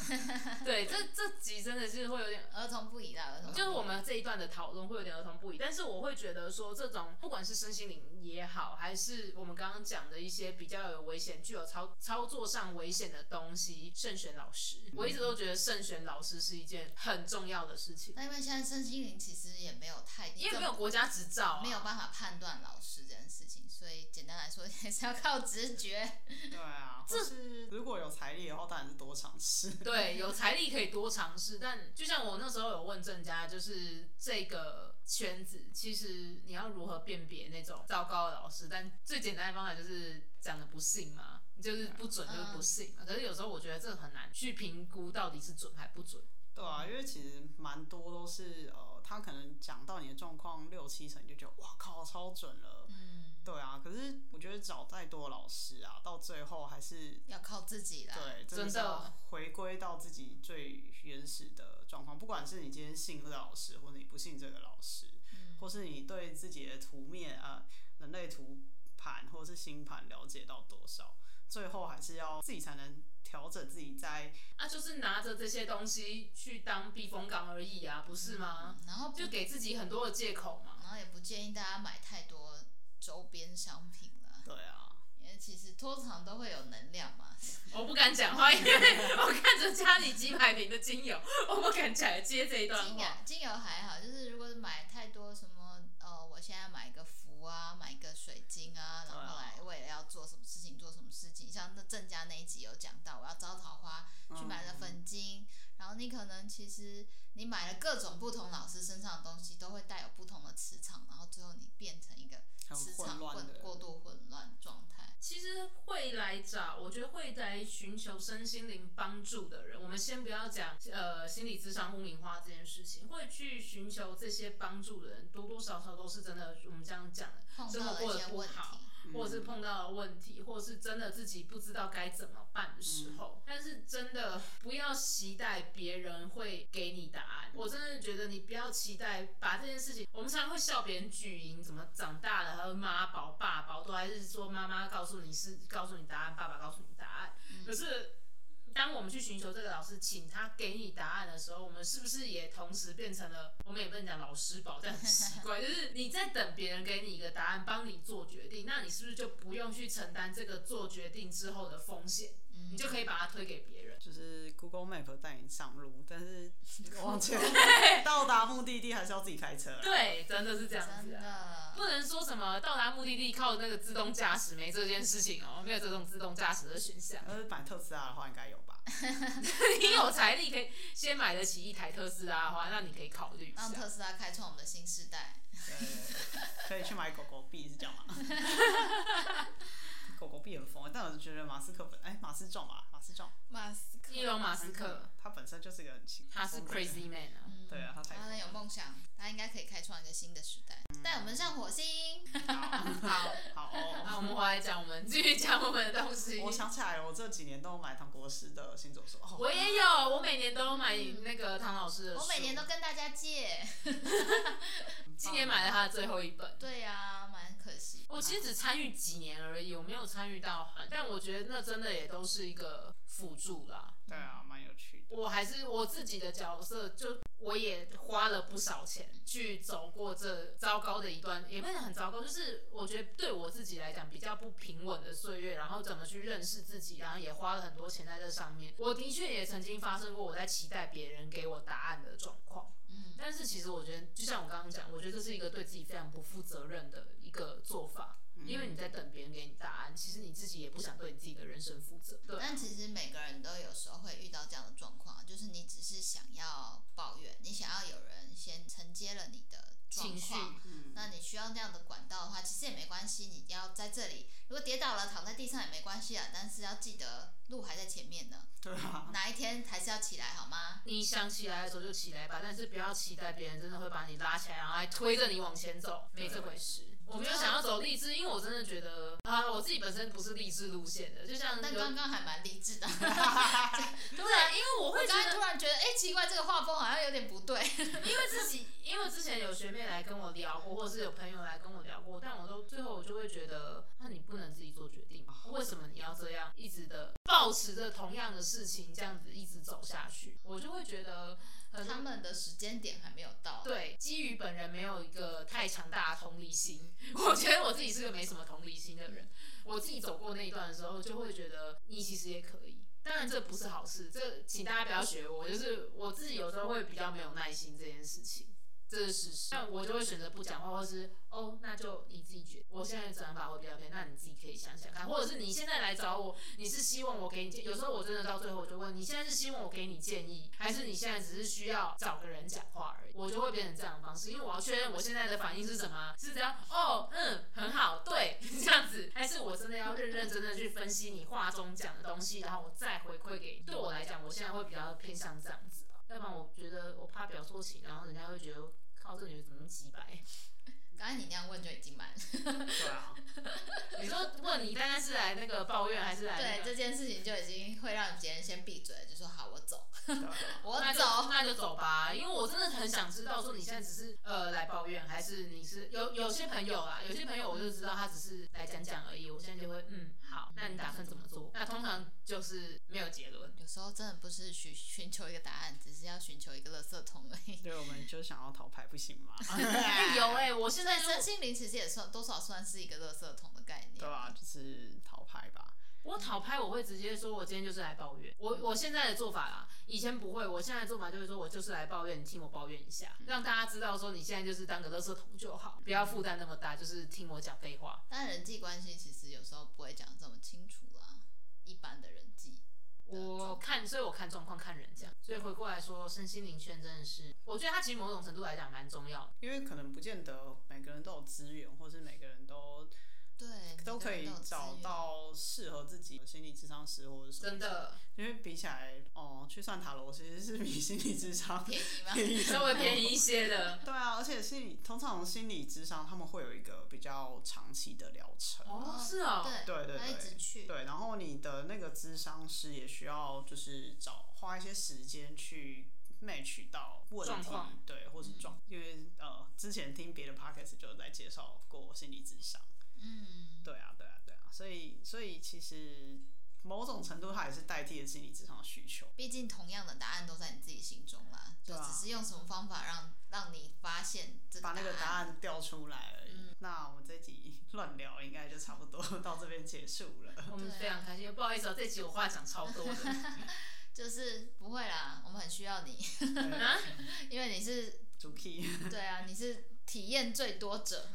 [SPEAKER 3] 对，这这集真的是会有点
[SPEAKER 2] 儿童不宜啦，儿童不宜
[SPEAKER 3] 就是我们这一段的讨论会有点儿童不宜，但是我会觉得说，这种不管是身心灵也好，还是我们刚刚讲的一些比较有危险、具有操操作上危险的东西，慎选老师。我一直都觉得慎选老师是一件很重要的事情，
[SPEAKER 2] 那因为现在身心灵其实也没有太，
[SPEAKER 3] 因为没有国家执照、啊，
[SPEAKER 2] 没有办法判断老师这件事情，所以简单来说也是要靠直觉。
[SPEAKER 1] 对 啊，或是如果有财力的话，当然是多尝试。
[SPEAKER 3] 对，有财力可以多尝试，但就像我那时候有问郑家，就是这个圈子，其实你要如何辨别那种糟糕的老师？但最简单的方法就是讲的不信嘛，就是不准就是不信嘛。可是有时候我觉得这很难去评估到底是准还不准。
[SPEAKER 1] 对啊，因为其实蛮多都是呃，他可能讲到你的状况六七成，你就觉得哇靠，超准了。
[SPEAKER 2] 嗯，
[SPEAKER 1] 对啊，可是我觉得找再多老师啊，到最后还是
[SPEAKER 2] 要靠自己啦。
[SPEAKER 1] 对，真
[SPEAKER 3] 真
[SPEAKER 1] 的是
[SPEAKER 3] 的
[SPEAKER 1] 要回归到自己最原始的状况。不管是你今天信这个老师，或者你不信这个老师，
[SPEAKER 2] 嗯，
[SPEAKER 1] 或是你对自己的图面啊、呃人类图盘或是星盘了解到多少，最后还是要自己才能调整自己在
[SPEAKER 3] 啊，就是拿着这些东西去当避风港而已啊，不是吗？
[SPEAKER 2] 嗯然后不
[SPEAKER 3] 就给自己很多的借口嘛。
[SPEAKER 2] 然后也不建议大家买太多周边商品啦，
[SPEAKER 1] 对啊。
[SPEAKER 2] 因为其实通常都会有能量嘛。
[SPEAKER 3] 我不敢讲话，因为 我看着家里几百瓶的精油，我不敢讲接这一段
[SPEAKER 2] 精油
[SPEAKER 3] 话。
[SPEAKER 2] 精油还好，就是如果是买太多什么呃，我现在买一个符啊，买一个水晶啊，
[SPEAKER 1] 对啊
[SPEAKER 2] 然后来为了要做什么事情做什么事情，像那郑家那一集有讲到，我要招桃花
[SPEAKER 3] 嗯
[SPEAKER 2] 去买了粉晶，然后你可能其实你买了各种不同老师身上的东西，都会带有不同的磁场，然后最后你变成一个
[SPEAKER 1] 很
[SPEAKER 2] 磁
[SPEAKER 1] 混
[SPEAKER 2] 场
[SPEAKER 1] 乱
[SPEAKER 2] 混
[SPEAKER 1] 的
[SPEAKER 2] 过度混乱状态。
[SPEAKER 3] 其实会会来找，我觉得会来寻求身心灵帮助的人，我们先不要讲呃心理咨商污名化这件事情，会去寻求这些帮助的人，多多少少都是真的，我们这样讲的，
[SPEAKER 2] 碰
[SPEAKER 3] 生活
[SPEAKER 2] 到了
[SPEAKER 3] 过
[SPEAKER 2] 一
[SPEAKER 3] 得
[SPEAKER 2] 些
[SPEAKER 3] 不
[SPEAKER 2] 问
[SPEAKER 3] 好
[SPEAKER 2] 题。，
[SPEAKER 3] 或者是碰到了问题，或者是真的自己不知道该怎么办的时候，但是真的不要期待别人会给你答案。我真的觉得你不要期待把这件事情，我们常常会笑别人巨婴怎么长大了，还有妈宝、爸宝，都还是说妈妈告诉你是告诉你答案，爸爸告诉你答案，可是。当我们去寻求这个老师，请他给你答案的时候，我们是不是也同时变成了？我们也不能讲老师宝，这样很奇怪。就是你在等别人给你一个答案，帮你做决定，那你是不是就不用去承担这个做决定之后的风险？
[SPEAKER 2] 嗯
[SPEAKER 3] 你就可以把它推给别人。
[SPEAKER 1] 就是 Google Map 带你上路，但是 往前到达目的地还是要自己开车。
[SPEAKER 3] 对，真的是这样
[SPEAKER 2] 真
[SPEAKER 3] 子、
[SPEAKER 2] 的
[SPEAKER 3] 啊。不能说什么到达目的地靠那个自动驾驶没这件事情哦，没有这种自动驾驶的选项。
[SPEAKER 1] 要是呃买特斯拉的话，应该有吧？
[SPEAKER 3] 你有财力可以先买得起一台特斯拉的话，那你可以考虑一下
[SPEAKER 2] 让。特斯拉开创我们的新时代。
[SPEAKER 1] 对，可以去买狗狗币是这样吗？狗狗币很疯，但我是觉得马斯克本哎、马斯壮吧，马斯壮，
[SPEAKER 2] 马斯克
[SPEAKER 3] 伊隆马斯克，
[SPEAKER 1] 他本身就是个很奇，
[SPEAKER 3] 他是 crazy man 啊。
[SPEAKER 1] 对啊，他才
[SPEAKER 2] 嗯他很有梦想，他应该可以开创一个新的时代，带我们上火星。
[SPEAKER 1] 好好
[SPEAKER 3] 好，我
[SPEAKER 1] 哦。
[SPEAKER 3] 们回来讲，我们继续讲我们的东西。
[SPEAKER 1] 我想起来了，我这几年都有买唐国师的星座书，哦
[SPEAKER 3] 我也有，我每年都有买那个唐老师的书，
[SPEAKER 2] 我每年都跟大家借。
[SPEAKER 3] 今年买了他的最后一本。
[SPEAKER 2] 对啊，蛮可惜。
[SPEAKER 3] 我其实只参与几年而已，我没有参与到很，但我觉得那真的也都是一个辅助啦。
[SPEAKER 1] 对啊，蛮有趣的。
[SPEAKER 3] 我还是我自己的角色，就我也花了不少钱去走过这糟糕的一段，也不是很糟糕，就是我觉得对我自己来讲比较不平稳的岁月，然后怎么去认识自己，然后也花了很多钱在这上面。我的确也曾经发生过我在期待别人给我答案的状况，
[SPEAKER 2] 嗯
[SPEAKER 3] 但是其实我觉得，就像我刚刚讲，我觉得这是一个对自己非常不负责任的一个做法。因为你在等别人给你答案，其实你自己也不想对你自己的人生负责。对，啊
[SPEAKER 2] 但其实每个人都有时候会遇到这样的状况，就是你只是想要抱怨，你想要有人先承接了你的状
[SPEAKER 3] 情绪
[SPEAKER 2] 况，
[SPEAKER 1] 嗯，
[SPEAKER 2] 那你需要那样的管道的话，其实也没关系，你要在这里，如果跌倒了躺在地上也没关系啊，但是要记得路还在前面呢，
[SPEAKER 1] 对啊，
[SPEAKER 2] 哪一天还是要起来好吗？
[SPEAKER 3] 你想起来的时候就起来吧，但是不要期待别人真的会把你拉起来，然后还推着你往前走，没这回事。我没有想要走励志，因为我真的觉得啊，我自己本身不是励志路线的，就像那
[SPEAKER 2] 但
[SPEAKER 3] 个
[SPEAKER 2] 刚刚还蛮励志的，
[SPEAKER 3] 突然，因为我
[SPEAKER 2] 我
[SPEAKER 3] 会觉
[SPEAKER 2] 刚才突
[SPEAKER 3] 得，
[SPEAKER 2] 然觉得，哎、奇怪，这个画风好像有点不对。
[SPEAKER 3] 因为自己，因为之前有学妹来跟我聊过，或者是有朋友来跟我聊过，但我都最后我就会觉得，那你不能自己做决定吗？为什么你要这样一直的保持着同样的事情，这样子一直走下去？我就会觉得很
[SPEAKER 2] 他们的时间点还没有到，，
[SPEAKER 3] 对，基于本人没有一个太强大的同理心， 我觉得我自己是个没什么同理心的人。我自己走过那一段的时候，就会觉得你其实也可以。当然这不是好事，这请大家不要学我，就是我自己有时候会比较没有耐心这件事情。这是事实，但我就会选择不讲话，或是哦，那就你自己决定。我现在的想法会比较偏，那你自己可以想想看，或者是你现在来找我，你是希望我给你建，有时候我真的到最后我就问，你现在是希望我给你建议，还是你现在只是需要找个人讲话而已？我就会变成这样的方式，因为我要确认我现在的反应是什么，啊是这样哦，嗯，很好，对， 这样子，还是我真的要认认真真地去分析你话中讲的东西，然后我再回馈给你。对我来讲，我现在会比较偏向这样子吧，要不然我觉得我怕表错情，然后人家会觉得靠这女的怎么那么鸡 白。
[SPEAKER 2] 刚才你那样问就已经蛮。
[SPEAKER 1] 对啊，
[SPEAKER 3] 你说问你单单是来那个抱怨，还是来、
[SPEAKER 2] 对
[SPEAKER 3] 那个
[SPEAKER 2] 这件事情就已经会让别人先闭嘴，就说好，我走，
[SPEAKER 1] 对啊，
[SPEAKER 2] 我
[SPEAKER 3] 哦那就
[SPEAKER 2] 走。
[SPEAKER 3] 那就走吧，因为我真的很想知道，说你现在只是呃来抱怨，还是你是有有些朋友啦，有些朋友我就知道他只是来讲讲而已，我现在就会嗯好，那你打算怎么做？那通常就是没有结论。
[SPEAKER 2] 有时候真的不是寻寻求一个答案，只是要寻求一个垃圾桶而 已。
[SPEAKER 1] 所以我们就想要逃牌，不行吗？
[SPEAKER 3] 哎、有哎、我现在
[SPEAKER 2] 但
[SPEAKER 3] 就
[SPEAKER 2] 身心灵其实也算多少算是一个垃圾桶的概念。
[SPEAKER 1] 对啊，就是逃牌吧。
[SPEAKER 3] 我讨拍，我会直接说，我今天就是来抱怨。我我现在的做法啦，以前不会，我现在的做法就是说我就是来抱怨，你听我抱怨一下，让大家知道说你现在就是当个垃圾桶就好，不要负担那么大，就是听我讲废话。
[SPEAKER 2] 但人际关系其实有时候不会讲这么清楚啦，一般的人际。
[SPEAKER 3] 我看，所以我看状况看人这样。所以回过来说，身心灵圈真的是，我觉得它其实某种程度来讲蛮重要的。
[SPEAKER 1] 因为可能不见得每个人都有资源，或是每个人都
[SPEAKER 2] 对，
[SPEAKER 1] 都可
[SPEAKER 2] 每
[SPEAKER 1] 以
[SPEAKER 2] 个人有资
[SPEAKER 1] 找
[SPEAKER 2] 源。
[SPEAKER 1] 到适合自己的心理智商师或者什么。
[SPEAKER 3] 真，的
[SPEAKER 1] 因为比起来，哦、去算塔罗其实是比心理智商
[SPEAKER 2] 便宜
[SPEAKER 3] 啊
[SPEAKER 2] 吗？
[SPEAKER 1] 便宜
[SPEAKER 3] 稍微便宜一些的。
[SPEAKER 1] 对啊，而且心理通常心理智商他们会有一个比较长期的疗程。
[SPEAKER 3] 哦，是哦，
[SPEAKER 1] 对对
[SPEAKER 2] 他一直
[SPEAKER 1] 对
[SPEAKER 2] 去，
[SPEAKER 1] 对，然后你的那个咨商师也需要就是找花一些时间去 match 到问
[SPEAKER 3] 状
[SPEAKER 1] 题
[SPEAKER 3] 况，嗯
[SPEAKER 1] 对，或是状，因为呃之前听别的 podcast 就有在介绍过心理咨商，
[SPEAKER 2] 嗯，
[SPEAKER 1] 对啊对啊对啊，所以所以其实某种程度它也是代替了心理咨商的需求。
[SPEAKER 2] 毕竟同样的答案都在你自己心中啦，就
[SPEAKER 1] 对啊
[SPEAKER 2] 只是用什么方法让让你发现这
[SPEAKER 1] 把那个答
[SPEAKER 2] 答
[SPEAKER 1] 案调出来而已。
[SPEAKER 2] 嗯
[SPEAKER 1] 那我们这集 乱聊应该就差不多 到这边结束了。
[SPEAKER 3] 我们非常开心，不好意思哦，这集我话讲超多 的，
[SPEAKER 2] 就是不会啦，我们很需要你，
[SPEAKER 3] 啊
[SPEAKER 2] 因为你是
[SPEAKER 1] 主 key，
[SPEAKER 2] 对啊，你是体验最多者，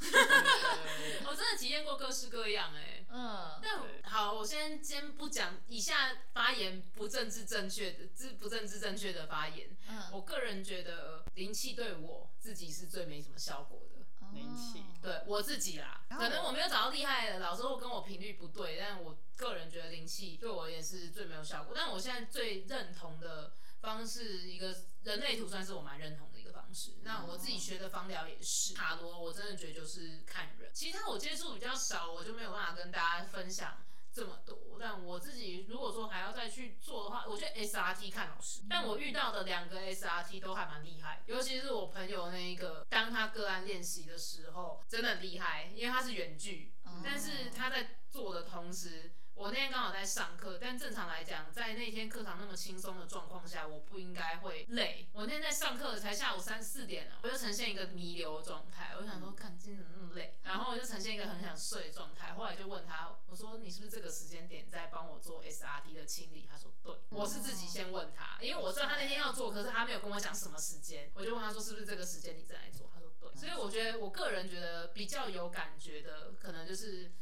[SPEAKER 3] 我真的体验过各式各样哎。
[SPEAKER 2] 嗯，
[SPEAKER 3] 但我好，我先先不讲，以下发言不政治正确的，这不政治正确的发言。
[SPEAKER 2] 嗯，
[SPEAKER 3] 我个人觉得灵气对我自己是最没什么效果的，
[SPEAKER 1] 灵气
[SPEAKER 2] 哦
[SPEAKER 3] 对我自己啦，
[SPEAKER 1] 嗯然后
[SPEAKER 3] 可能我没有找到厉害的，老师或跟我频率不对，但我个人觉得灵气对我也是最没有效果。但我现在最认同的方式，一个人类图算是我蛮认同的一个方式。那我自己学的芳疗也是，塔罗我真的觉得就是看人，其他我接触比较少，我就没有办法跟大家分享。这么多，但我自己如果说还要再去做的话，我觉得 SRT 看老师，但我遇到的两个 SRT 都还蛮厉害，尤其是我朋友那一个，当他个案练习的时候，真的很厉害，因为他是远距
[SPEAKER 2] 哦，
[SPEAKER 3] 但是他在做的同时。我那天刚好在上课，但正常来讲，在那天课堂那么轻松的状况下，我不应该会累。我那天在上课才下午三四点哦了，我就呈现一个弥留的状态，我就想说，看今天怎么那么累，然后我就呈现一个很想睡的状态。后来就问他，我说你是不是这个时间点在帮我做 SRT 的清理？他说对，我是自己先问他，因为我知道他那天要做，可是他没有跟我讲什么时间，我就问他说是不是这个时间你正在做？他说对，所以我觉得我个人觉得比较有感觉的，可能就是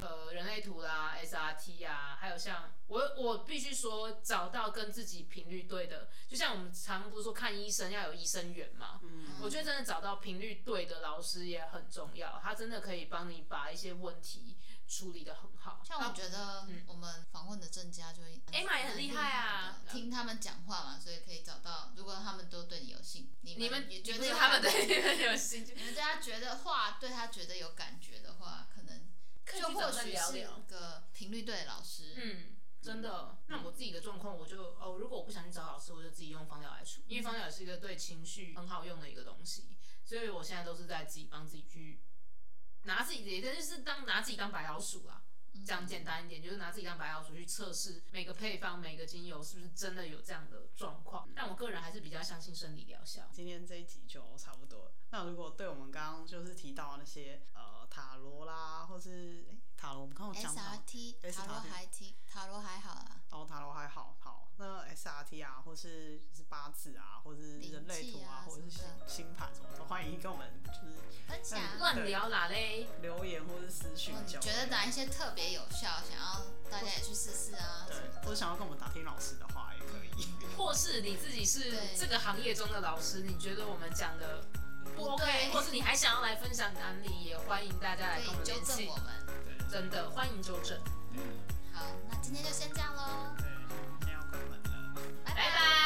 [SPEAKER 3] 呃人类图啦、SRT 啊，还有像我我必须说找到跟自己频率对的，就像我们常不是说看医生要有医生缘嘛，
[SPEAKER 1] 嗯，
[SPEAKER 3] 我觉得真的找到频率对的老师也很重要，他真的可以帮你把一些问题处理的很好。
[SPEAKER 2] 像我觉得
[SPEAKER 3] 嗯
[SPEAKER 2] 我们访问的专家就会
[SPEAKER 3] Emma 也很厉害
[SPEAKER 2] 蛮
[SPEAKER 3] 啊
[SPEAKER 2] 厉害的听他们讲话嘛，所以可以找到，如果他们都对你有兴，你
[SPEAKER 3] 你们
[SPEAKER 2] 也觉
[SPEAKER 3] 不
[SPEAKER 2] 得
[SPEAKER 3] 是
[SPEAKER 2] 有
[SPEAKER 3] 他们
[SPEAKER 2] 感
[SPEAKER 3] 对你们有兴趣，
[SPEAKER 2] 你们对他觉得话，对他觉得有感觉的话，可能
[SPEAKER 3] 可以
[SPEAKER 2] 就
[SPEAKER 3] 去
[SPEAKER 2] 或
[SPEAKER 3] 找他
[SPEAKER 2] 许
[SPEAKER 3] 聊
[SPEAKER 2] 是
[SPEAKER 3] 聊。
[SPEAKER 2] 个频率对的老师。
[SPEAKER 3] 嗯，真的。那我自己的状况，我就哦，如果我不想去找老师，我就自己用芳疗来处理，因为芳疗是一个对情绪很好用的一个东西，所以我现在都是在自己帮自己去拿自己的，也就是当拿自己当白老鼠啦。
[SPEAKER 2] 嗯
[SPEAKER 3] 这样简单一点，就是拿自己当白老鼠去测试每个配方、每个精油是不是真的有这样的状况。但我个人还是比较相信生理疗效。
[SPEAKER 1] 今天这一集就差不多了。那如果对我们刚刚就是提到那些呃塔罗啦，或是诶塔罗，我们刚刚有讲到吗
[SPEAKER 2] SRT 塔罗
[SPEAKER 1] SRT
[SPEAKER 2] 还提塔罗还好啊啦，
[SPEAKER 1] 哦，塔罗还好好，那 SRT 啊，或是就是八字啊，或是人类图啊，
[SPEAKER 2] 灵气啊
[SPEAKER 1] 或者是
[SPEAKER 2] 什
[SPEAKER 1] 星
[SPEAKER 2] 么
[SPEAKER 1] 星盘什么的，欢迎跟我们就是
[SPEAKER 2] 分享。
[SPEAKER 1] 嗯
[SPEAKER 2] 如
[SPEAKER 3] 乱聊啦嘞，
[SPEAKER 1] 留言或是私讯
[SPEAKER 2] 果哦你
[SPEAKER 1] 交流。
[SPEAKER 2] 觉得哪一些特别有效，想要大家也去试试啊？
[SPEAKER 1] 对，或者想要跟我们打听老师的话也可以。
[SPEAKER 3] 或是你自己是
[SPEAKER 2] 对
[SPEAKER 3] 这个行业中的老师，你觉得我们讲的不 OK，
[SPEAKER 2] 对
[SPEAKER 3] 或是你还想要来分享的案例，也欢迎大家
[SPEAKER 2] 可
[SPEAKER 3] 来跟我
[SPEAKER 2] 以
[SPEAKER 3] 们
[SPEAKER 2] 纠
[SPEAKER 3] 联
[SPEAKER 2] 正
[SPEAKER 3] 系
[SPEAKER 2] 我。们。
[SPEAKER 1] 对对，
[SPEAKER 3] 真的欢迎纠正，
[SPEAKER 2] 好，那今天就先这样喽，
[SPEAKER 1] 嗯我们今天要关门了。
[SPEAKER 2] 拜
[SPEAKER 3] 拜拜。